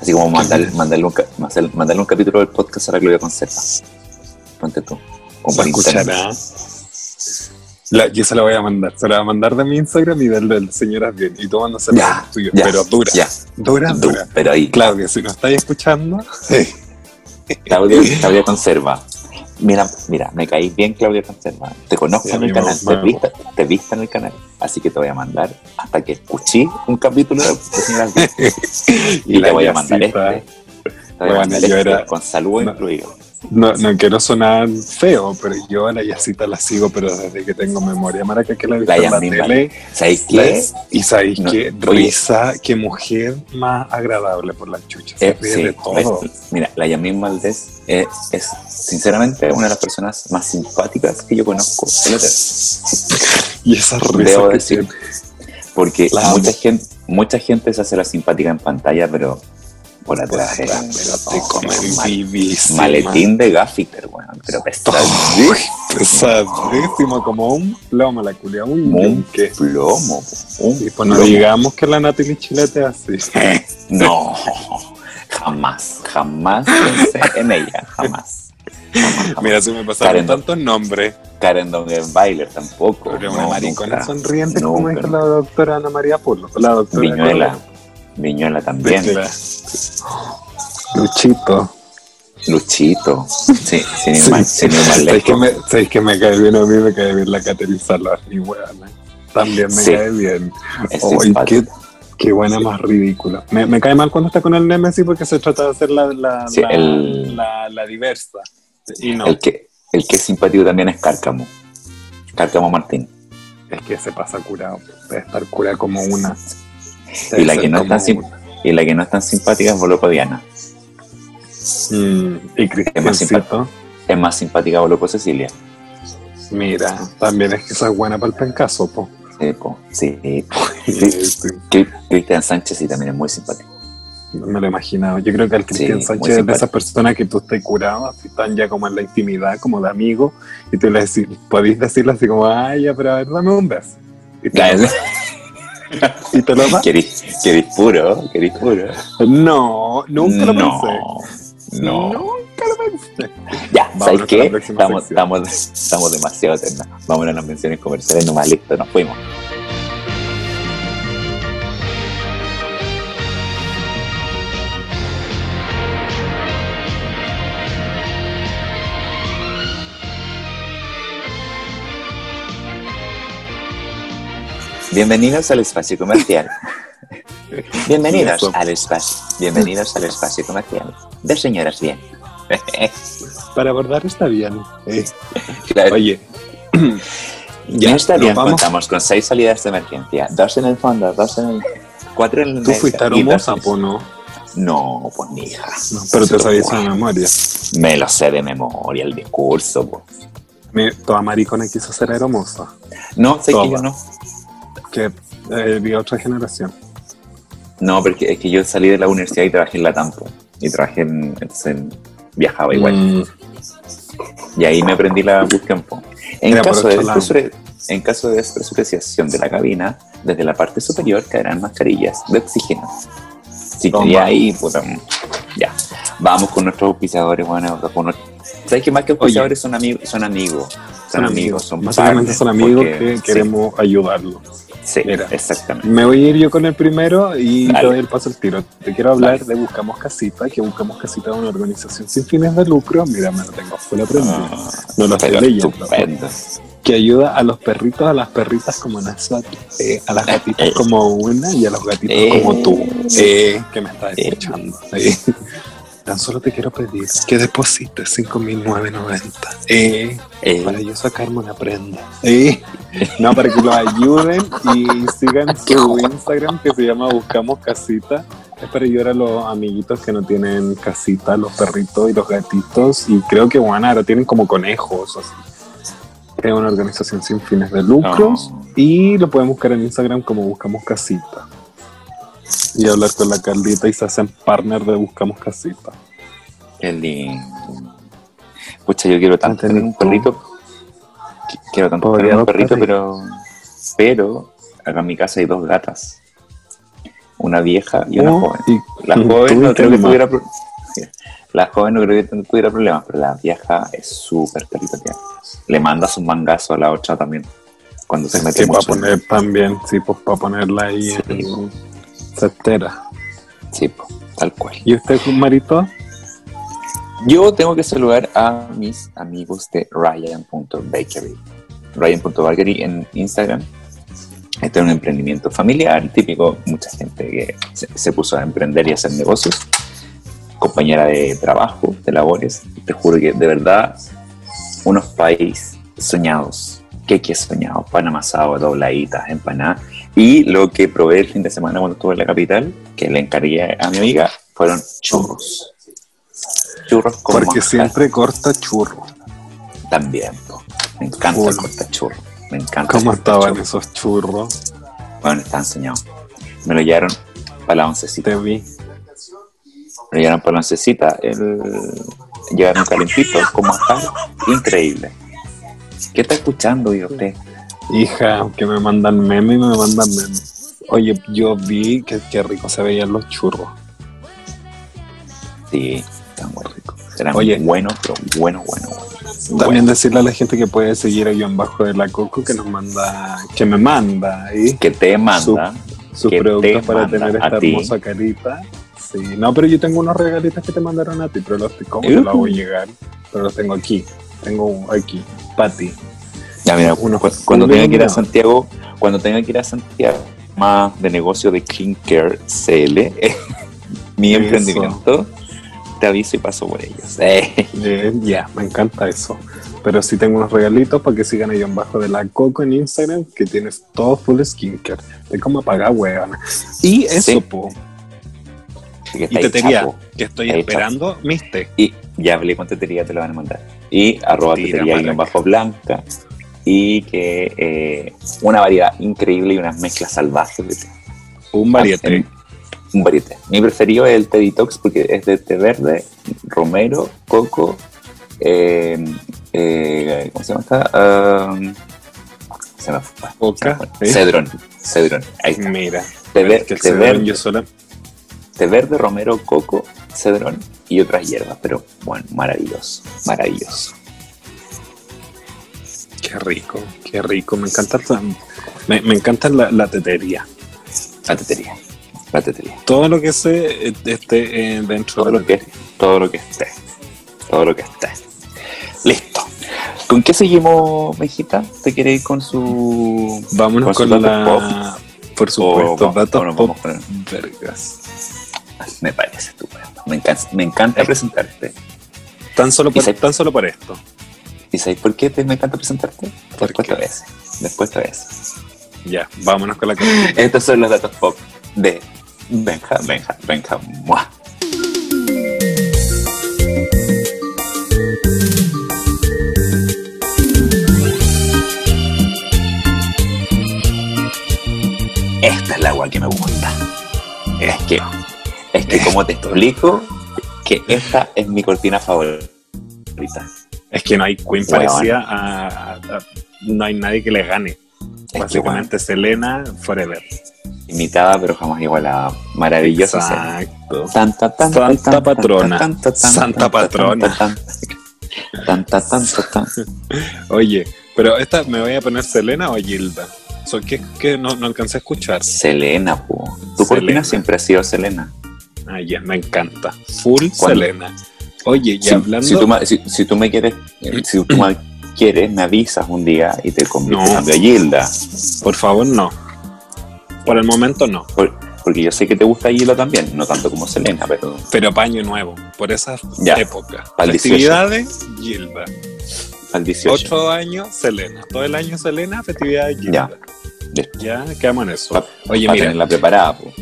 Así como mandarle, mandarle, un, ca- hacer- mandarle un capítulo del podcast a la Gloria Conserva. Ponte tú. Como La por internet. escuchará. La- yo se la voy a mandar. Se la voy a mandar de mi Instagram y del de señoras bien. Y tú mandas Ya, el tuyo. ya, pero dura. Ya, Dura, tú, dura. pero ahí, Claudia, si nos estáis escuchando, (laughs) Claudia, Claudia Conserva. Mira, mira, me caí bien, Claudia Conserva. Te conozco Sí, en el me canal, te gusta. he visto- te he visto en el canal. Así que te voy a mandar hasta que escuché un capítulo de Señoras (laughs) Bien. Y la te voy a mandar yacita. este. Te voy a Bueno, mandar yo este era- con saludo no. incluido. No, no quiero sonar feo, pero yo a la Yacita la sigo, pero desde que tengo memoria, Maraca, que la he visto La en la Yasmín tele. ¿Sabes la- qué? Y sabéis No, qué oye. risa, qué mujer más agradable por las chuchas. Se Eh, ríe sí, de todo. es- mira, la Yamín Valdés eh, es, sinceramente una de las personas más simpáticas que yo conozco. en la tele. Y esa risa Debo que decir. tiene. Porque La amo. mucha gente, mucha gente se hace la simpática en pantalla, pero por atrás. Pero weón, te no, comen pues, mal- vivísima. maletín de Gaffiter, weón. Pero Oh. pesadísimo, Pesadísima, como un plomo, la culia, un Un yunque. plomo. un Y pues no plomo. digamos que la Natalie Chilete así. (laughs) No, jamás, jamás pensé en ella, jamás. Jamás, jamás. Mira, se me pasaron Karen. tantos nombres. Karen Dogenbailer tampoco. Pero una no, maricona nunca. sonriente, No, como pero- dijo la doctora Ana María Polo. La doctora Viñuela. Viñuela también. Viñuela. Luchito. Luchito. Sí, sin ir Sí. más, sin ir más ¿Sabéis que, lejos. me, sabéis que me cae bien a mí? Me cae bien la Caterina Salvar, mi weana. También me Sí. cae bien. Es Ay, qué, simpático. qué buena más ridícula. Me, me cae mal cuando está con el Nemesis porque se trata de hacer la, la, Sí, la, el- la- la diversa. Y no, El, que, el que es simpático también es Cárcamo. Cárcamo Martín. es que se pasa curado. Debe estar curada como una. Y la que no es tan así. sim- Y la que no es tan simpática es Boloco Diana. Mm, y Es más Cristiancito. Es más simpática Boloco Cecilia. Mira, también es que esa es buena para el pencaso, po. Sí, po. sí. po. Sí, Cri- Cristian Sánchez sí también es muy simpático. Me lo imaginaba. Yo creo que el Cristian muy Sánchez es de simpático. esas personas que tú estás curado, así están ya como en la intimidad, como de amigo, y tú le decís, podéis decirle así como, ay, ya, pero a ver, dame un beso. Y te, (laughs) lo, y te lo da. Querís querís puro, querís puro. No, nunca lo No, pensé. No. Nunca lo pensé. Ya, Vámonos ¿sabes con qué? la próxima Estamos, sección. estamos, estamos demasiado eternas. Vámonos a las menciones comerciales nomás, listo, nos fuimos. Bienvenidos al espacio (laughs) comercial. Bienvenidos Eso. al espacio. Bienvenidos al espacio comercial. De señoras bien. Para abordar está bien. Eh, Claro, Oye, Ya está nos bien, vamos. contamos con seis salidas de emergencia. Dos en el fondo, dos en el... Cuatro en el... tú medio fuiste y hermosa, dos- po, no. No, pues ni hija. No, Pero te sabías la memoria. Me lo sé de memoria el discurso, pues. po. Me- Toda maricona quiso ser hermosa. No, sé que Toma. yo no. Que eh, de otra generación. No, porque es que yo salí de la universidad y trabajé en la Tampo. Y trabajé en... entonces en- viajaba Pues igual. Mm, Y ahí me aprendí la bootcamp. po. En Era por caso, de otro lado. despresure- en caso de despresurización de la cabina, desde la parte superior caerán mascarillas de oxígeno. Si Toma. quería ahí, puta, mm, ya. Vamos con nuestros auspiciadores, bueno, con nuestro- ¿Sabes que más que auspiciadores son, amigos son amigos? Son amigos, son Básicamente partners, son amigos porque- que sí, queremos ayudarlo. Sí, Mira. exactamente. Me voy a ir yo con el primero y Dale. te doy el paso al tiro. Te quiero hablar de Buscamos Casita, que Buscamos Casita es una organización sin fines de lucro. Mira, me lo tengo full aprendido. Ah, No lo estoy pero leyendo. estupendo. Que ayuda a los perritos, a las perritas como Nazuat, eh, a las gatitas Eh. como una y a los gatitos Eh. como tú, eh, que me estás Eh. escuchando. eh. (laughs) Tan solo te quiero pedir que deposites 5.990. Eh, Eh, para yo sacarme una prenda. Sí. No, para que lo ayuden y sigan su Instagram que se llama Buscamos Casita. Es para ayudar a los amiguitos que no tienen casita, los perritos y los gatitos. Y creo que, bueno, ahora tienen como conejos. Así. Es una organización sin fines de lucros. no. Y lo pueden buscar en Instagram como Buscamos Casita. Y hablar con la Carlita y se hacen partner de Buscamos Casita. Qué lindo. Pucha, yo quiero tanto tener un Atento. perrito. Qu- Quiero tanto Podría tener un perrito, adoptarlo. pero. Pero acá en mi casa hay dos gatas. Una vieja y una Oh, joven. y- La y joven (laughs) tú no y creo que Telma. tuviera pro- La joven no creo que ten- tuviera problemas, pero la vieja es súper territorial. Le mandas un mangazo a la otra también. Cuando se mete Sí, para mucho. poner también, sí, pues para ponerla ahí Sí. en certera. Sí, po, tal cual. ¿Y usted, Marito? Yo tengo que saludar a mis amigos de Ryan.bakery. Ryan.bakery en Instagram. Este es un emprendimiento familiar, típico, mucha gente que se, se puso a emprender y a hacer negocios. Compañera de trabajo, de labores. Te juro que de verdad, unos países soñados. Queques soñados, pan amasado, dobladitas, empanadas. Y lo que probé el fin de semana cuando estuve en la capital, que le encargué a mi amiga, fueron churros. Churros con Porque manjar siempre corta churro. también. po. Me encanta Full. el cortachurro. Me encanta. ¿Cómo el estaban cortachurro. esos churros? Bueno, están soñados. Me lo llevaron para la oncecita. Te vi. Me lo llevaron para la oncecita. El... Llegaron calentitos con manjar. Increíble. ¿Qué está escuchando, digo usted? Hija, que me mandan meme y me mandan meme. Oye, yo vi que, que rico se veían los churros. Sí, está muy rico. Será Oye. bueno, pero bueno, bueno, bueno. También decirle a la gente que puede seguir a Guión Bajo de la Coco que nos manda, que me manda ahí Que te manda. sus que productos te para manda tener a esta ti. hermosa carita. Sí, no, pero yo tengo unos regalitos que te mandaron a ti, pero los, ¿cómo te los Uh. hago llegar? Pero los tengo aquí, tengo un- aquí, para ti. Ya, mira, Unos cu- cuando full tenga que ir a iluminados. Santiago, cuando tenga que ir a Santiago, más de negocio de Clean Care CL, (laughs) mi Eso. emprendimiento, te aviso y paso por ellos. (laughs) Eh, Eh, ya, me encanta eso. Pero sí tengo unos regalitos para que sigan ahí abajo de la Coco en Instagram, que tienes todo full skincare. De cómo apagar, weón. Y eso, Sí. po. así que Y está ahí, tetería, chapo. que estoy Ahí, esperando, ¿viste? Y ya hablé con tetería, te lo van a mandar. Y arroba Tira, tetería mala. guión bajo blanca. Y que eh, una variedad increíble y unas mezclas salvajes de té. Un variete. Hacen Un variete. Mi preferido es el té detox porque es de té verde, romero, coco, eh, eh, ¿cómo se llama esta? Ah, se me fue. Coca, Se me fue. Cedrón, cedrón. Ahí está. Mira, Té, ver- Mm. es que el té cedrón verde, yo sola. té verde, romero, coco, cedrón y otras hierbas, pero bueno, maravilloso, maravilloso. Qué rico, qué rico. Me encanta, la- me, me encanta la, la tetería. La tetería, la tetería. Todo lo que sé eh, este, eh, dentro todo de lo que todo lo que esté todo lo que esté listo con qué seguimos mejita te quiere ir con su Vámonos con con, sus la. datos Por supuesto, o- datos o nos pop. Oh, vamos con- Vergas. me parece estupendo me encanta, me encanta presentarte Tan solo, por, Y se- tan solo por esto. y sabes por qué te, me encanta presentarte ¿Por después qué? te ves después te ves Ya, vámonos con la canción. estos son los datos pop de Benja Benja Benja Mua. Esta es la agua que me gusta. Es que, es que como te explico, que esta es mi cortina favorita. Es que no hay Queen Weón. parecida a, a- a- No hay nadie que le gane. Es que bueno, Básicamente Selena Forever. imitada pero jamás igualada. Maravillosa. escena. Exacto. Tanta, tan, Santa tan, tan, patrona. tan, tan, tan, Santa tan, tan, patrona. tan, tan, tan, tan, tan, tan. Oye, pero esta me voy a poner Selena o Gilda. So, que no, no alcancé a escuchar. Selena, po. Tu Selena. cortina siempre ha sido Selena. Ay, Ah, ya, me encanta. Full ¿Cuándo? Selena. Oye, y si, hablando. Mm, si tú, ma- si- si tú me quieres, eh, si tú me quieres, me avisas un día y te conviertes No. en Gilda. Por favor, no. Por el momento no. Por- porque yo sé que te gusta Gilda también, no tanto como Selena, pero Pero paño nuevo. Por esas Ya, épocas. pa'l 18. Festividades, Gilda. al 18. Ocho años, Selena. Todo el año, Selena, festividades, Gilda. Ya, quedamos en eso. Pa- Oye, para mira, tenerla preparada, po.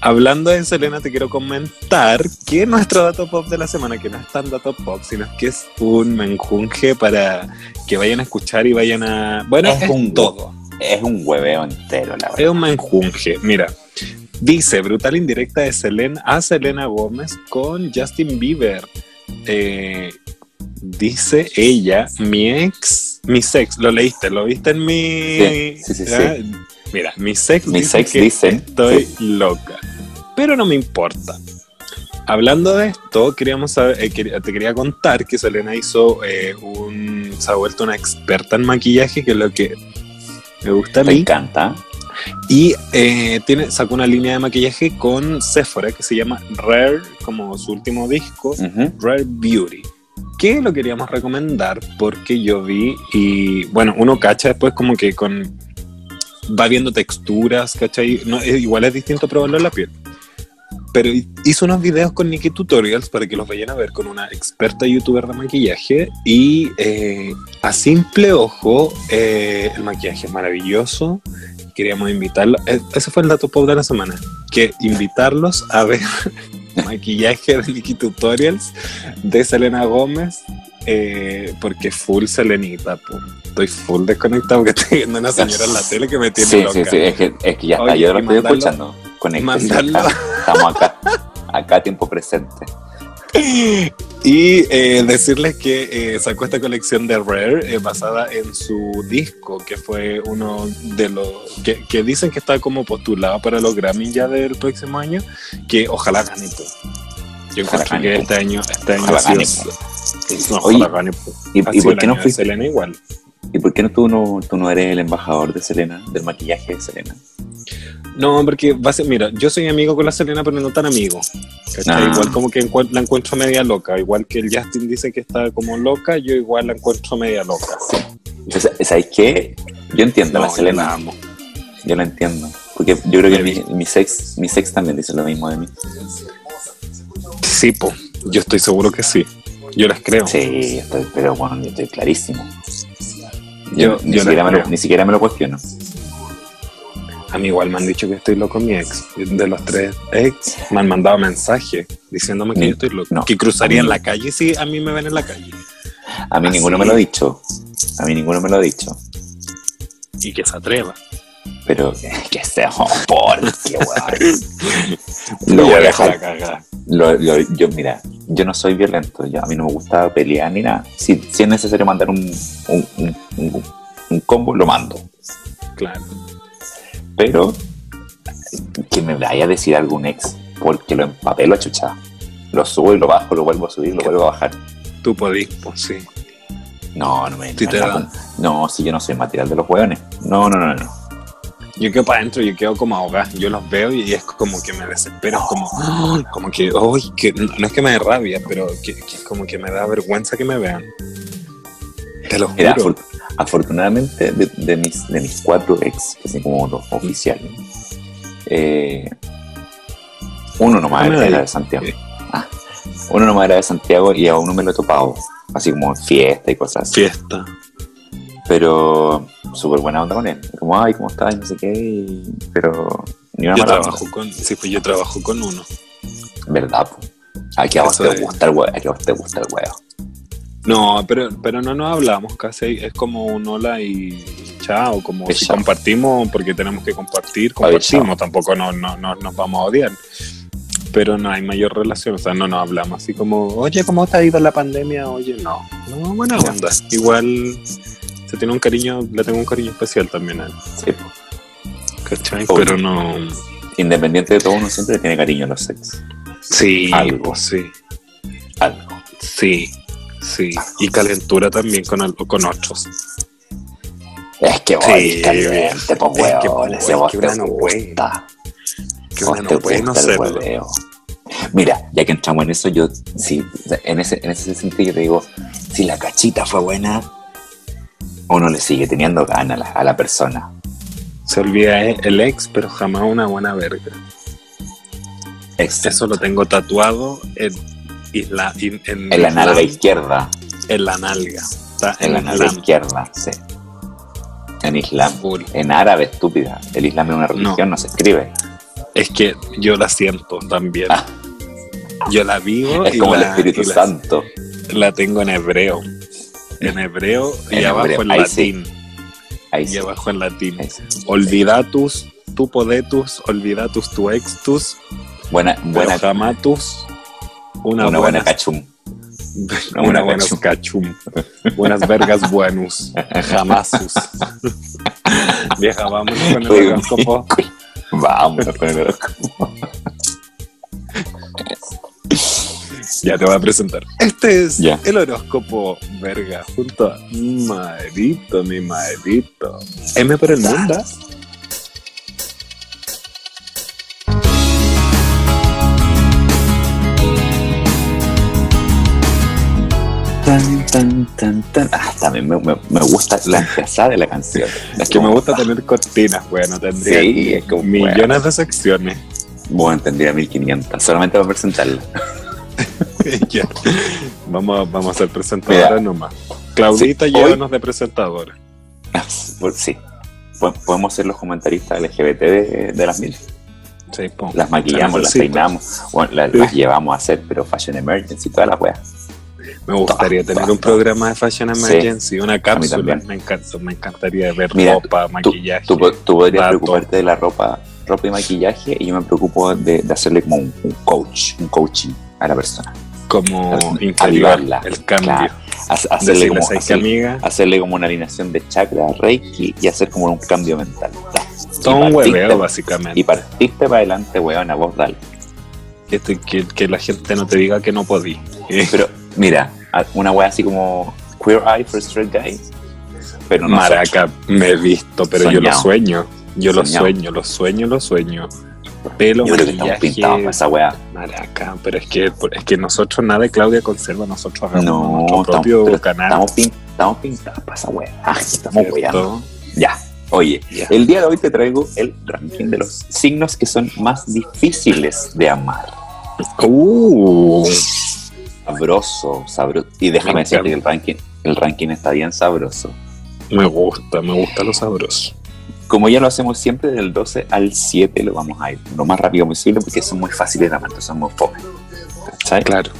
hablando de Selena, te quiero comentar que nuestro dato pop de la semana, que no es tan dato pop, sino que es un menjunje para que vayan a escuchar y vayan a. Bueno, Es es, un- todo. Es un hueveo entero, la verdad. Es un menjunje. Mira, dice: brutal indirecta de Selena a Selena Gómez con Justin Bieber. Eh, dice ella, mi ex, mi sex, lo leíste, lo viste en mi. Sí, sí, sí, sí. Ah, Mira, mi sex Mi dice sex que dice, estoy loca, pero no me importa. Hablando de esto, queríamos saber- eh, quer- te quería contar que Selena hizo eh, un. se ha vuelto una experta en maquillaje, que es lo que me gusta a Me mí. encanta. Y eh, tiene, sacó una línea de maquillaje con Sephora que se llama Rare, como su último disco, Ujú. Rare Beauty. Que lo queríamos recomendar porque yo vi y bueno, uno cacha después como que con va viendo texturas, ¿cachai? No, es- igual es distinto probarlo en la piel. Pero hi- hizo unos videos con Nikki Tutorials para que los vayan a ver con una experta youtuber de maquillaje y eh, a simple ojo eh, el maquillaje es maravilloso. Queríamos invitarlos, eh, ese fue el dato pop de la semana, que invitarlos a ver (laughs) maquillaje de Nikki Tutorials de Selena Gómez. eh, porque full Selenita, po. estoy full desconectado porque estoy viendo a una señora en la tele que me tiene Sí, loca. sí, sí, es que, es que ya está, Oye, yo lo y estoy mandarlo- escuchando. Conéctese, mandarlo. acá, (laughs) Estamos acá, acá a tiempo presente. Y eh, decirles que eh, sacó esta colección de Rare eh, basada en su disco, que fue uno de los que, que dicen que está como postulado para los Grammy ya del próximo año, que ojalá gane. po. Yo Ojalá encuentro gane, que po. este año, este año Ojalá ha sido- gane, pues. es- no, Oye, ojalá gane, po. ¿Y, Ha y sido por el qué no año de fuiste- Selena igual. ¿Y por qué no tú, no tú no eres el embajador de Selena, del maquillaje de Selena? No, porque va a ser- mira, yo soy amigo con la Selena, pero no tan amigo. ¿cachai? Ah. Igual como que encuent- la encuentro media loca. Igual que el Justin dice que está como loca, yo igual la encuentro media loca. Entonces, ¿Sabes qué? Yo entiendo a la yo Selena, la amo. yo la entiendo. Porque yo creo que Me mi, mi sex, mi sex también dice lo mismo de mí. Sí, po. Yo estoy seguro que sí. Yo las creo. Sí, estoy- pero bueno, yo estoy clarísimo. Yo- Yo, ni, siquiera yo las me lo, creo. ni siquiera me lo cuestiono. A mí igual me han dicho que estoy loco mi ex. De los tres ex me han mandado mensajes diciéndome que Ni- yo estoy loco. no. Que cruzaría en la calle si a mí me ven en la calle. A mí ¿Ah, ninguno sí? me lo ha dicho. A mí ninguno me lo ha dicho. Y que se atreva. Pero que sea por (laughs) qué weón. Lo voy a dejar. cagar. Lo- lo- yo, mira, yo no soy violento. Yo, a mí no me gusta pelear ni nada. Si, si es necesario mandar un, un, un- un- un combo, lo mando. Claro. Pero que me vaya a decir algún ex porque lo empapelo a chucha. Lo subo y lo bajo, lo vuelvo a subir, lo vuelvo a bajar. Tú podís, pues sí. No, no me. Sí te no, da. no, si yo no soy material de los hueones. No, no, no, no. Yo quedo para adentro, yo quedo como ahogado. Yo los veo y es como que me desespero. es Como, ¡ay! como que, ¡ay! que no, no es que me dé rabia, pero que, que es como que me da vergüenza que me vean. Te lo Mira, juro. afor- afortunadamente de, de mis, de mis cuatro ex, que son como los oficiales, eh, uno nomás Déjame era, ver. de Santiago. Ah, uno nomás era de Santiago y a uno me lo he topado, así como en fiesta y cosas así. Fiesta. Pero súper buena onda con él. Como, ay, ¿cómo estás? Y No sé qué. y- pero ni una Yo mala trabajo con, sí, pues yo trabajo con uno. onda. ¿Verdad? po? Aquí a vos Eso te es. gusta el huevo. Aquí a vos te gusta el huevo. No, pero, pero no nos hablamos casi, es como un hola y chao, como Y si chao. compartimos, porque tenemos que compartir, Oye, compartimos, tampoco no, no, no- nos vamos a odiar, pero no hay mayor relación, o sea, no nos hablamos así como, oye, ¿cómo te ha ido la pandemia? Oye, no, no, buena onda, igual se tiene un cariño, le tengo un cariño especial también a él, Sí, po. ¿cachai? Obvio. Pero no, Independiente de todo, uno siempre le tiene cariño a los ex. sí, Algo. sí, Algo. sí, sí, y calentura también con, al- con otros. Es que vos Sí, eres caliente, po, es que, weón. pues, Ese vos que te uno no puede. gusta. Que Vos uno Oh, te no puede no pues. gusta el serlo. hueveo. Mira, ya que entramos en eso, yo sí, en ese, en ese sentido yo te digo, si la cachita fue buena, uno le sigue teniendo ganas a la, a la persona. Se olvida eh, el ex, pero jamás una buena verga. Ex- Eso lo tengo tatuado en, y la- y- en, en la nalga izquierda. en la nalga. Está En la nalga Islam. izquierda, sí. En Islam. Full. En árabe, estúpida. El Islam es una religión, no, se escribe. Es que yo la siento también. Ah. Yo la vivo Es y, como el la, Espíritu y la- Santo. la tengo en hebreo. En hebreo y En abajo hebreo, en ahí sí. latín. Ahí Y sí. abajo en latín. ahí sí. Olvida tus, tu podetus, olvida tus, tu ex tus, Buena, pero buena, jamás tus. Una, una, buena, buena cachum. Una Una buenas buena cachum. Buenas (laughs) vergas buenos. Jamasus. Vieja, vamos con el horóscopo. Vamos con el horóscopo. Ya te voy a presentar. Este es Ya. el horóscopo verga junto a Marito, mi Marito. M por el Ah, mundo. Tan, tan, tan, tan. Ah, también me, me- me gusta la empezada de la canción. Es Que me gusta tener cortinas, bueno, tendría Sí, es como- millones de secciones. Bueno, tendría 1500, solamente para presentarla. (laughs) Ya. vamos, vamos a ser presentadora Mira. nomás. Claudita, Sí, hoy- llévanos de presentadora. Ah, (laughs) pues Sí. Po- Podemos ser los comentaristas LGBT de, de las mil. Sí, po. Las maquillamos, La las necesito. peinamos, bueno, la- Sí. las llevamos a hacer, pero Fashion Emergency, toda la wea. Me gustaría tener un programa de Fashion Sí. Emergency, una cápsula. también. Me encanta, me encantaría ver Mira, ropa, Tú, maquillaje. tú po- tú podrías dato. preocuparte de la ropa, ropa y maquillaje, y yo me preocupo de, de hacerle como un, un coach, un coaching a la persona. como interior, Ayudarla, el cambio. claro. Hac- hacerle, Decirle, como, "Sabes qué, hacerle- amiga? hacerle como una alineación de chakra reiki y hacer como un cambio mental. Ta. Todo Y un partiste- hueveo, Y básicamente. partiste para adelante, weón, a vos dale. Que, te- que- que la gente no te diga que no podí. (laughs) Eh, Pero mira, a- una wea así como Queer Eye for Straight Guy, pero no Maraca, me he visto, pero yo lo Soñado. sueño. Yo lo Soñado. sueño, lo sueño, lo sueño. Pelo, soy- Yo creo que estamos pintados maquillaje, para esa wea. maraca. Pero es que, es que nosotros, nada de Claudia conserva, nosotros hagamos No, nuestro estamos- propio pero canal. Estamos, pin- estamos pintados para esa wea. Ah, estamos ¿cierto? weyando. Ya. Oye, Ya. el día de hoy te traigo el ranking de los signos que son más difíciles de amar. Uh, sabroso, sabroso. Y déjame Me decirte que el encanta. ranking, el ranking está bien sabroso. Me gusta, me gusta lo sabroso. Como ya lo hacemos siempre, del 12 al 7 lo vamos a ir lo más rápido posible porque son muy fáciles de amar, son muy fome. ¿Cachai? Claro,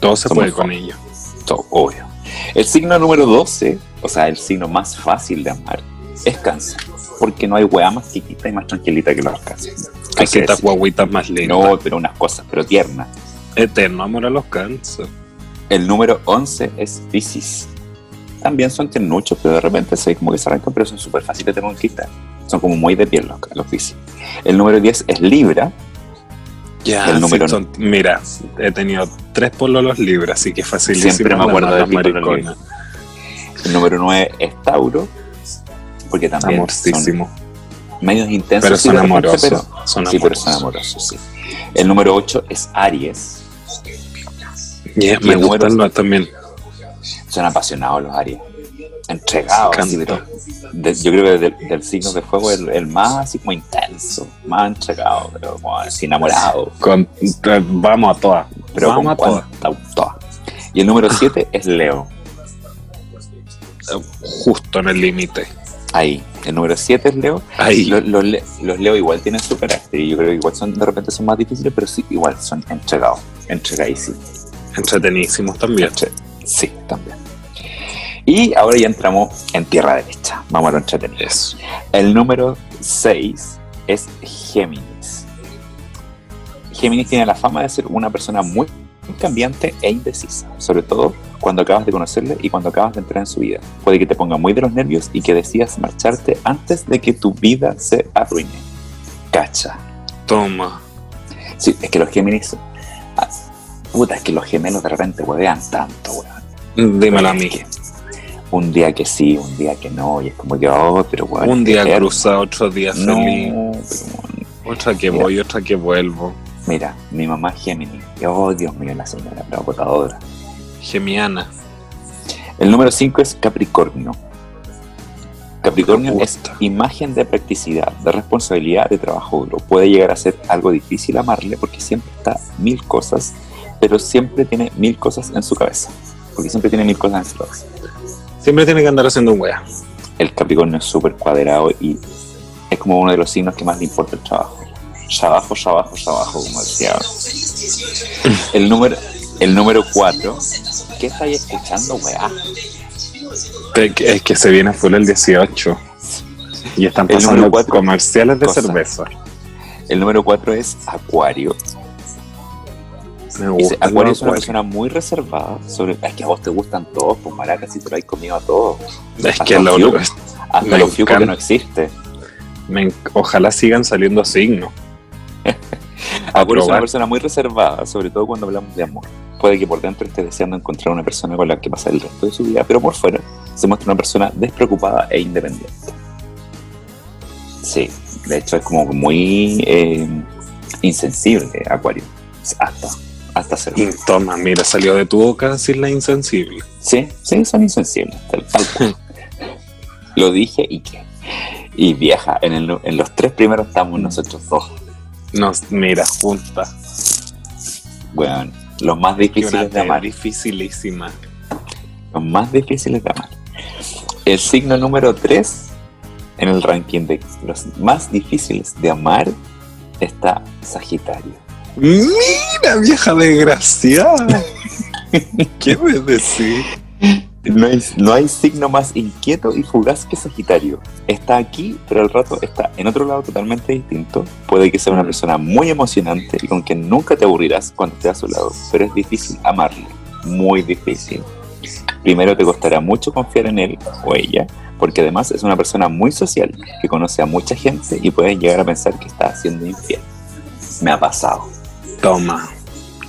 todo se Somos puede con ello. Esto, obvio. El signo número 12, o sea, el signo más fácil de amar, es cáncer. Porque no hay weá más chiquita y más tranquilita que los cánceres. Hay que Casitas decir, guaguitas más lindas. no, pero unas cosas, pero tiernas. Eterno amor a los cáncer. El número 11 es Pisces. También son ternuchos, pero de repente se como que se arrancan, pero son súper fáciles de conquistar. Son como muy de piel los, los Pisces. El número 10 es Libra. Ya, El sí, número- son- mira, he tenido tres pololos libres, así que facilísimo. Siempre me la acuerdo mala del pololo maricona. El número 9 es Tauro. Porque también son Amorcísimo. medios intensos. Pero sí, son de repente, pero- amorosos. Son Sí, pero son amorosos. amorosos, sí. El número 8 es Aries. Yeah, Y me el número- gustan los también. Son apasionados los Aries. Entregados. Me así, encanta. pero de- yo creo que del, del signo de fuego el, el más así como intenso, más entregado, pero como así enamorado. Con- eh, vamos a todas. Pero vamos a como todas. cuanta- toda. Y el número 7 es Leo. Justo en el límite. Ahí. El número 7 es Leo. Ahí. Los, los le- los Leo igual tienen su carácter. Y yo creo que igual son, de repente son más difíciles, pero sí, igual son entregados. Entregadísimos. Entretenísimos también. Entre- Sí, también. Y ahora ya entramos en tierra derecha. Vamos a lo entretenido. Eso. El número 6 es Géminis. Géminis tiene la fama de ser una persona muy cambiante e indecisa, sobre todo cuando acabas de conocerle y cuando acabas de entrar en su vida. Puede que te ponga muy de los nervios y que decidas marcharte antes de que tu vida se arruine. Cacha. Toma. Sí, es que los Géminis... ah, Puta, es que los gemelos de repente huevean tanto, weón. Dímelo a mí. Pues, Un día que sí, un día que no, y es como que, oh, pero bueno. Un día qué cruza, otro día No, feliz. pero bueno. Otra que Mira. voy, otra que vuelvo. Mira, mi mamá es Géminis. Y, Oh, Dios mío, la señora, la agotadora. Gemiana. El número 5 es Capricornio. Capricornio Me es imagen de practicidad, de responsabilidad, de trabajo duro. Puede llegar a ser algo difícil amarle porque siempre está mil cosas, pero siempre tiene mil cosas en su cabeza. Porque siempre tiene mil cosas en su cabeza. Siempre tiene que andar haciendo un wea. el Capricornio es súper cuadrado y es como uno de los signos que más le importa el trabajo. Trabajo, trabajo, trabajo, como decía. El número, el número 4. ¿Qué estáis escuchando, weá? Te- que- Es que se viene full el 18. Y están El pasando número cuatro. comerciales de Cosa. cerveza. El número 4 es Acuario. Me Dice, gusta. Acuario es una persona muy reservada. Sobre, es que a vos te gustan todos, pues maraca, si te lo has comido a todos. Es que Hasta lo- los lo- Hasta Me los fiocos que encanta. no existe. me enc- ojalá sigan saliendo signos. Acuario es una probar. persona muy reservada, sobre todo cuando hablamos de amor. Puede que por dentro esté deseando encontrar una persona con la que pasar el resto de su vida, pero por fuera se muestra una persona despreocupada e independiente. Sí, de hecho es como muy eh, insensible Acuario, hasta, hasta ser. Y Toma, mira, salió de tu boca decir la insensible. Sí, sí, son insensibles, tal, tal cual. Lo dije y qué. Y vieja, en, el nu- en los tres primeros estamos nosotros dos, Nos, mira, junta. weón. Los más Que una difíciles de tarea amar. dificilísima. los más difíciles de amar. El signo número 3 en el ranking de los más difíciles de amar está Sagitario. Mira, (laughs) vieja desgraciada. ¿Qué me decís? No hay, no hay signo más inquieto y fugaz que Sagitario. Está aquí, pero al rato está en otro lado totalmente distinto. Puede que sea una persona muy emocionante y con quien nunca te aburrirás cuando esté a su lado, pero es difícil amarle. Muy difícil. Primero te costará mucho confiar en él o ella, porque además es una persona muy social que conoce a mucha gente y puedes llegar a pensar que está siendo infiel. Me ha pasado, Toma,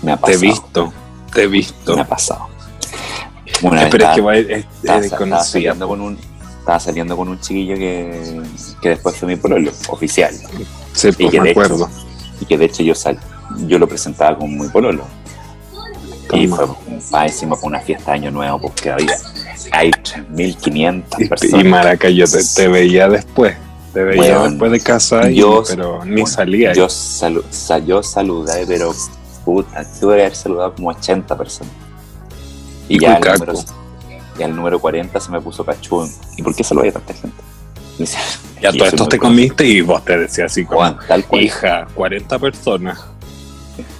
me ha te he pasado. visto. Te he visto. Me ha pasado. Una vez Pero es estaba- que va a ir. es- estaba, es estaba desconocida. saliendo con un estaba saliendo con un chiquillo que, que después fue mi pololo oficial Sí, y pues que me de hecho- acuerdo. y que de hecho yo sal, yo lo presentaba como mi pololo y Toma. fue más encima fue una fiesta de año nuevo porque había hay 3.500 Y, y personas Maraca, yo te, te veía después. Te veía Weón, después de casa, y- yo- pero ni Bueno, salía. yo, salu- sa- yo saludé pero puta tuve que haber saludado como 80 personas Y ya el, Cuicaco. número, ya el número 40 se me puso cachón. ¿Y por qué saludé a tanta gente? Y dice, Ya "Yo todo soy esto muy te pro". comiste y vos te decías así como, Juan, tal cual. hija, 40 personas.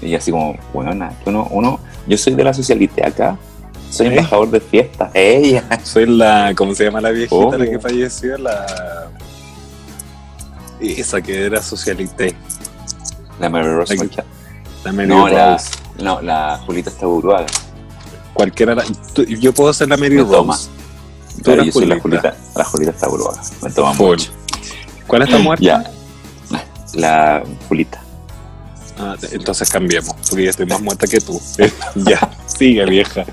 Y así como, bueno, nada, que uno, uno, yo soy de la socialité acá, soy ¿Eh? embajador de (laughs) fiesta. Ella. Soy la, ¿cómo se llama la viejita Oh. la que falleció? La... Esa que era socialité, La Mary Rose Ay, Machado. la Mary No, Rose. la, no, la Julita Estaburuaga. Cualquiera, la- tú- yo puedo ser la Mary Me Rose. toma. Tú Claro, eras yo soy la Julita. Julita, la Julita Estaburuaga. Me toma Full. mucho. ¿Cuál está muerta? Ya. La Julita. Ah, entonces cambiemos, porque yo estoy más muerta que tú. (laughs) ya, sigue vieja.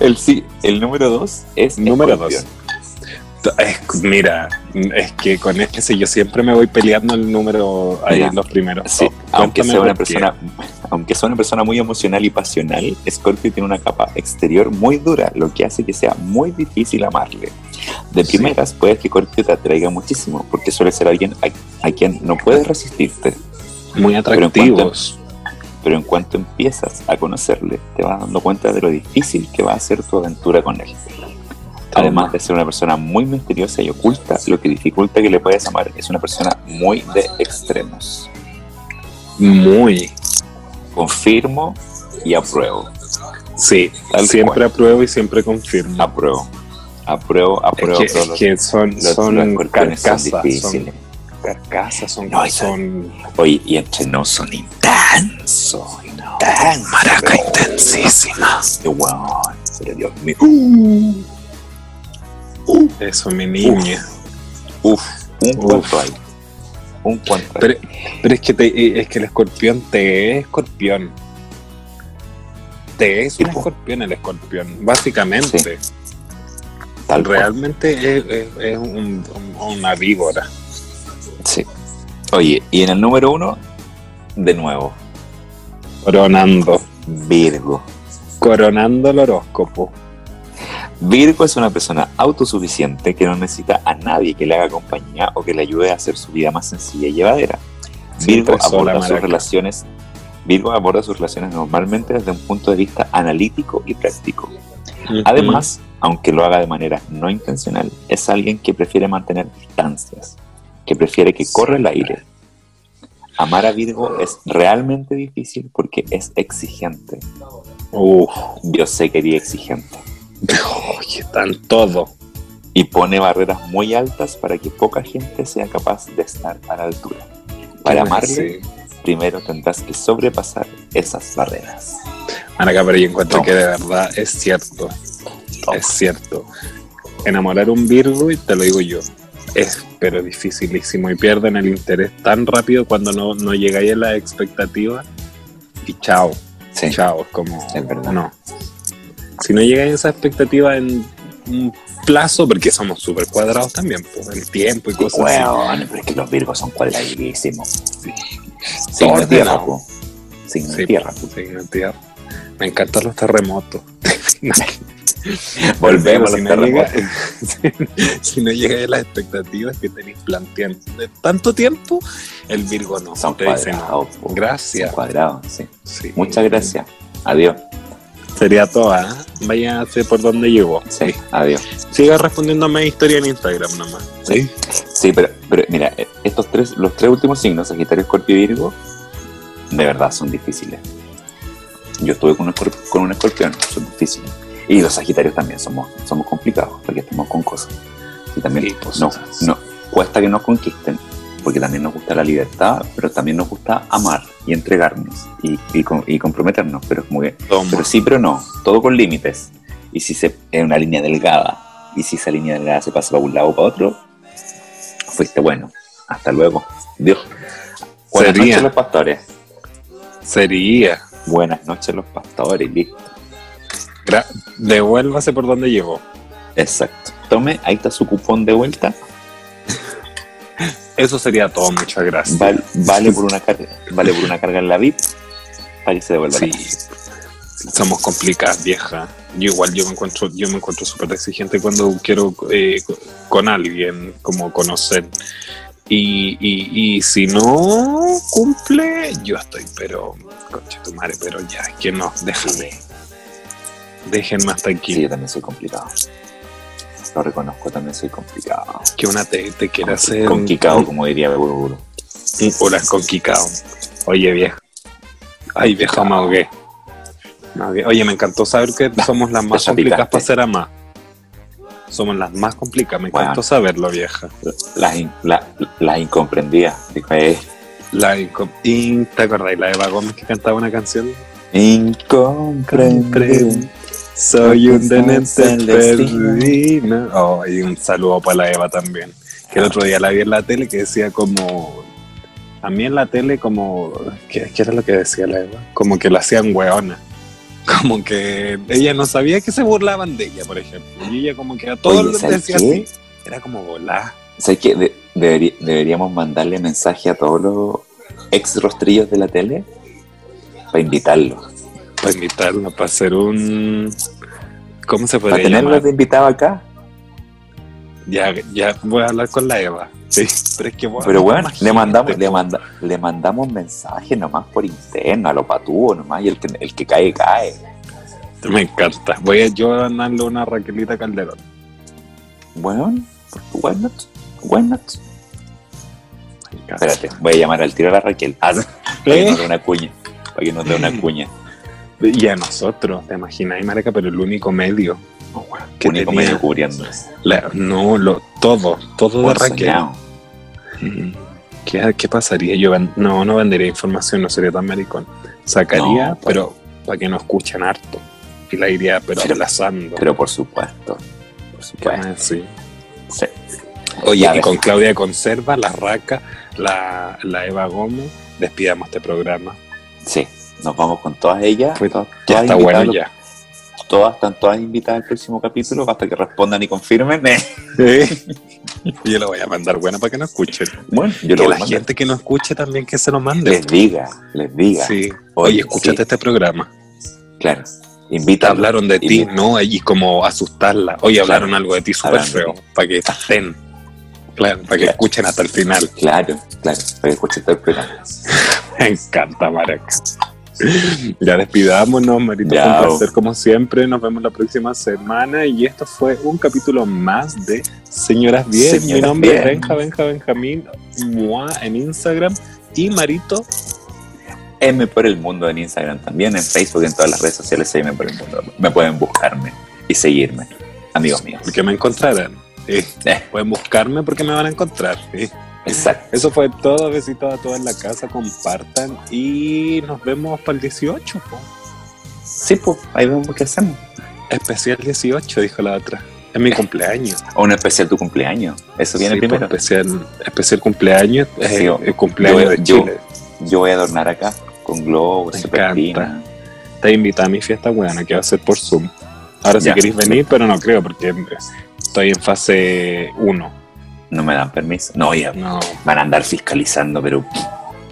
El, sí, el número 2 es. Número Escorpión. dos. T- es- mira, es que con ese yo siempre me voy peleando el número ahí Mira, en los primeros. Sí, top. aunque Cuéntame sea, una por qué. persona, (laughs) aunque sea una persona muy emocional y pasional, Scorpio tiene una capa exterior muy dura, lo que hace que sea muy difícil amarle. De Sí. primeras, puede que Scorpio te atraiga muchísimo, porque suele ser alguien a, a quien no puedes resistirte, Muy en cuanto- atractivos. pero en cuanto empiezas a conocerle, te vas dando cuenta de lo difícil que va a ser tu aventura con él. Además de ser una persona muy misteriosa y oculta, lo que dificulta que le puedas amar es una persona muy de extremos. Muy. Confirmo y apruebo. Sí, Tal siempre apruebo y siempre confirmo. Apruebo. Apruebo, apruebo. es que, apruebo. es que son, los- son los escorpiones son carcasas. Son, difíciles. carcasas, son. No, y son Oye, y entre nos son intensos. Intensos. maraca pero- intensísima. Este weón. Pero Dios mío. Eso, mi niña. Uh, Uf, un Uf. cuanto hay. Un cuanto hay. Pero, pero es que te- eh, es que el escorpión te es escorpión. Te es Sí, un po. escorpión el escorpión, básicamente. Tal cual. Realmente es, es- es un- un- una víbora. Sí. Oye, y en el número uno, de nuevo, Coronando. Virgo. Coronando el horóscopo. Virgo es una persona autosuficiente que no necesita a nadie que le haga compañía o que le ayude a hacer su vida más sencilla y llevadera. Virgo Siempre sola, aborda sus maraca. relaciones. Virgo aborda sus relaciones normalmente desde un punto de vista analítico y práctico. Ujú. Además, aunque lo haga de manera no intencional, es alguien que prefiere mantener distancias, que prefiere que corra el aire. Amar a Virgo es realmente difícil porque es exigente. Uf, Yo sé que era exigente. oye, están todo. y pone barreras muy altas para que poca gente sea capaz de estar a la altura. Para amarle, Sí. primero tendrás que sobrepasar esas barreras. Maraca, pero yo encuentro Toma. que de verdad es cierto. Toma. Es cierto. Enamorar un Virgo, y te lo digo yo, es pero dificilísimo y pierden el interés tan rápido cuando no, no llegáis a la expectativa y chao, Sí, chao, es como... Es verdad. No. Si no llegáis a esa expectativa en un plazo, porque somos súper cuadrados también, pues, el tiempo y cosas así. Weón, pero es que los virgos son cuadradísimos. Sin Ordenado. tierra, po. Sin Sí, pues, tierra. sí, no, tía. Me encantan los terremotos. (laughs) Volvemos a los Pero si no llega- terremotos. (laughs) si no llegáis a las expectativas que tenéis planteando de tanto tiempo, el Virgo no. Son te dice no. cuadrados, po. Son Gracias. cuadrados, sí. Sí. Muchas gracias. Adiós. Sería toda. ¿eh? Váyase por donde llegó. Sí, adiós. Siga respondiéndome a historia en Instagram nomás. Sí. Sí, pero, pero mira, eh, estos tres, los tres últimos signos, Sagitario, Escorpio y Virgo, de verdad son difíciles. Yo estuve con un, escorp- con un escorpión, son difíciles. Y los Sagitarios también somos, somos complicados, porque estamos con cosas. Y también Sí, pues, no, cosas. no, cuesta que nos conquisten, porque también nos gusta la libertad, pero también nos gusta amar y entregarnos y, y, con- y comprometernos, pero es muy, Toma. pero sí, pero no. Todo con límites. Y si se, es una línea delgada. Y si esa línea delgada se pasa para un lado o para otro, fuiste bueno. Hasta luego. Dios. Buenas Sería. noches los pastores. Sería. Buenas noches los pastores. Listo. Gra- Devuélvase por donde llegó. Exacto. Tome, ahí está su cupón de vuelta. Eso sería todo. Muchas gracias. Val- vale, por una carga, vale por una carga en la VIP para que se devuelva. Sí. Somos complicadas, vieja. Yo igual yo me encuentro, yo me encuentro súper exigente cuando quiero eh, co- con alguien, como conocer. Y, y, y si no cumple, yo estoy, pero, concha tu madre, pero ya, que no, déjame. Déjenme hasta aquí. Sí, yo también soy complicado. Lo reconozco, también soy complicado. Em, Que una te, te quiera hacer. Con Kikao, como diría Buruburu. Horas con Kikao. Oye, vieja. Ay, vieja, me ahogué. Me ahogué. Oye, me encantó saber que somos las más te complicadas salpicaste. para ser amadas. Somos las más complicadas. Me Bueno. encantó saberlo, vieja. Las in- la- las incomprendidas. Dijo, eh, La inco- in- ¿Te acordáis la Eva Gómez que cantaba una canción? Incomprendidas. Soy un demente El destino. perdido. Oh, y un saludo para la Eva también. Que el otro día la vi en la tele que decía como. A mí en la tele, como. ¿Qué, qué era lo que decía la Eva? Como que la hacían weona. (laughs) Como que ella no sabía que se burlaban de ella, por ejemplo. Y ella, como que a todos Oye, les ¿sabes decía qué? así. Era como volar. ¿Sabes qué? De- deberí- deberíamos mandarle mensaje a todos los ex rostrillos de la tele para invitarlos. Para invitarla, para hacer un. ¿Cómo se Para podría llamar? tenerlos de invitado acá. Ya, ya voy a hablar con la Eva. Sí, pero es que bueno, Pero bueno, imagínate. le mandamos, le, manda, le mandamos mensaje nomás por interno, a lo patúo nomás, y el que, el que cae, cae. Me encanta. Voy a yo a mandarle una a Raquelita Calderón. Bueno, why not? Why not? Me encanta. Espérate, voy a llamar al tiro a la Raquel. Ah, para que ¿Eh? nos dé una cuña. Para que nos dé una cuña. Y a nosotros, te imagináis, Mareca, pero el único medio. que único tenía. medio cubriendo. La- no, lo, todo, todo de Por Raquel. soñado. Mm. ¿Qué, qué pasaría? Yo van- no, no vendería información, no sería tan maricón. Sacaría, No, pero para que no escuchen harto. Y la iría, pero, Pero- aplazando. Pero por supuesto. Por ¿Qué supuesto. más? Sí. Sí. Oye, Ya, y deja- con Claudia Conserva, la Raca, la, la Eva Gómez, despidamos este programa. Sí, nos vamos con todas ellas. Fue- todas, Pues, Ya todas está invitadas, bueno ya. Todas están todas invitadas al próximo capítulo. Basta que respondan y confirmen. (laughs) Yo lo voy a mandar buena para que no escuchen. Bueno, yo que lo voy la a mandar. gente que no escuche también que se lo mande. les diga, les diga. Sí. Oye, Oye, escúchate sí. este programa. Claro. Te Invita hablaron de Y ti, me- ¿no? Y como asustarla. Oye, Claro. hablaron algo de ti súper Hablaron de feo. Para que estén. Claro, para que Claro. escuchen hasta el final. (laughs) Claro, claro. Para que escuche todo el programa. Me encanta, Maraca. (laughs) Ya despidámonos, Marito. Ya. Fue un placer como siempre. Nos vemos la próxima semana. Y esto fue un capítulo más de Señoras Bien. Mi Señoras nombre es Bien. Benja, Benja Benjamín Mua en Instagram. Y Marito, M por el mundo en Instagram también, en Facebook, en todas las redes sociales. soy M por el mundo. Me pueden buscarme y seguirme, amigos míos. porque me encontrarán. Eh, Eh. Pueden buscarme porque me van a encontrar. eh. Exacto. Eso fue todo. Besitos a toda la casa. Compartan. Y nos vemos para el 18. po. Sí, pues ahí vemos qué hacemos. Especial 18, dijo la otra. Es mi cumpleaños. O un especial tu cumpleaños. Eh. Eso viene Sí, pues, primero. Especial, especial cumpleaños, eh, Sí, yo- el cumpleaños yo- de yo- Chile. Yo voy a adornar acá con globos, Me serpentina. Te invitado a mi fiesta, weón, que va a ser por Zoom. Ahora si Ya. queréis venir, pero no creo, porque estoy en fase 1. No me dan permiso. No, ya No. van a andar fiscalizando, pero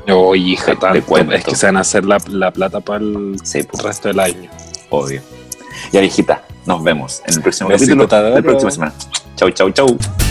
Oh, Te- hija, te cuento. tanto. Es que se van a hacer la, la plata para el sí, pues, resto del año. obvio. Ya, viejita, nos vemos en el próximo Besito, capítulo. te adoro. La próxima semana. Chau, chau, chau.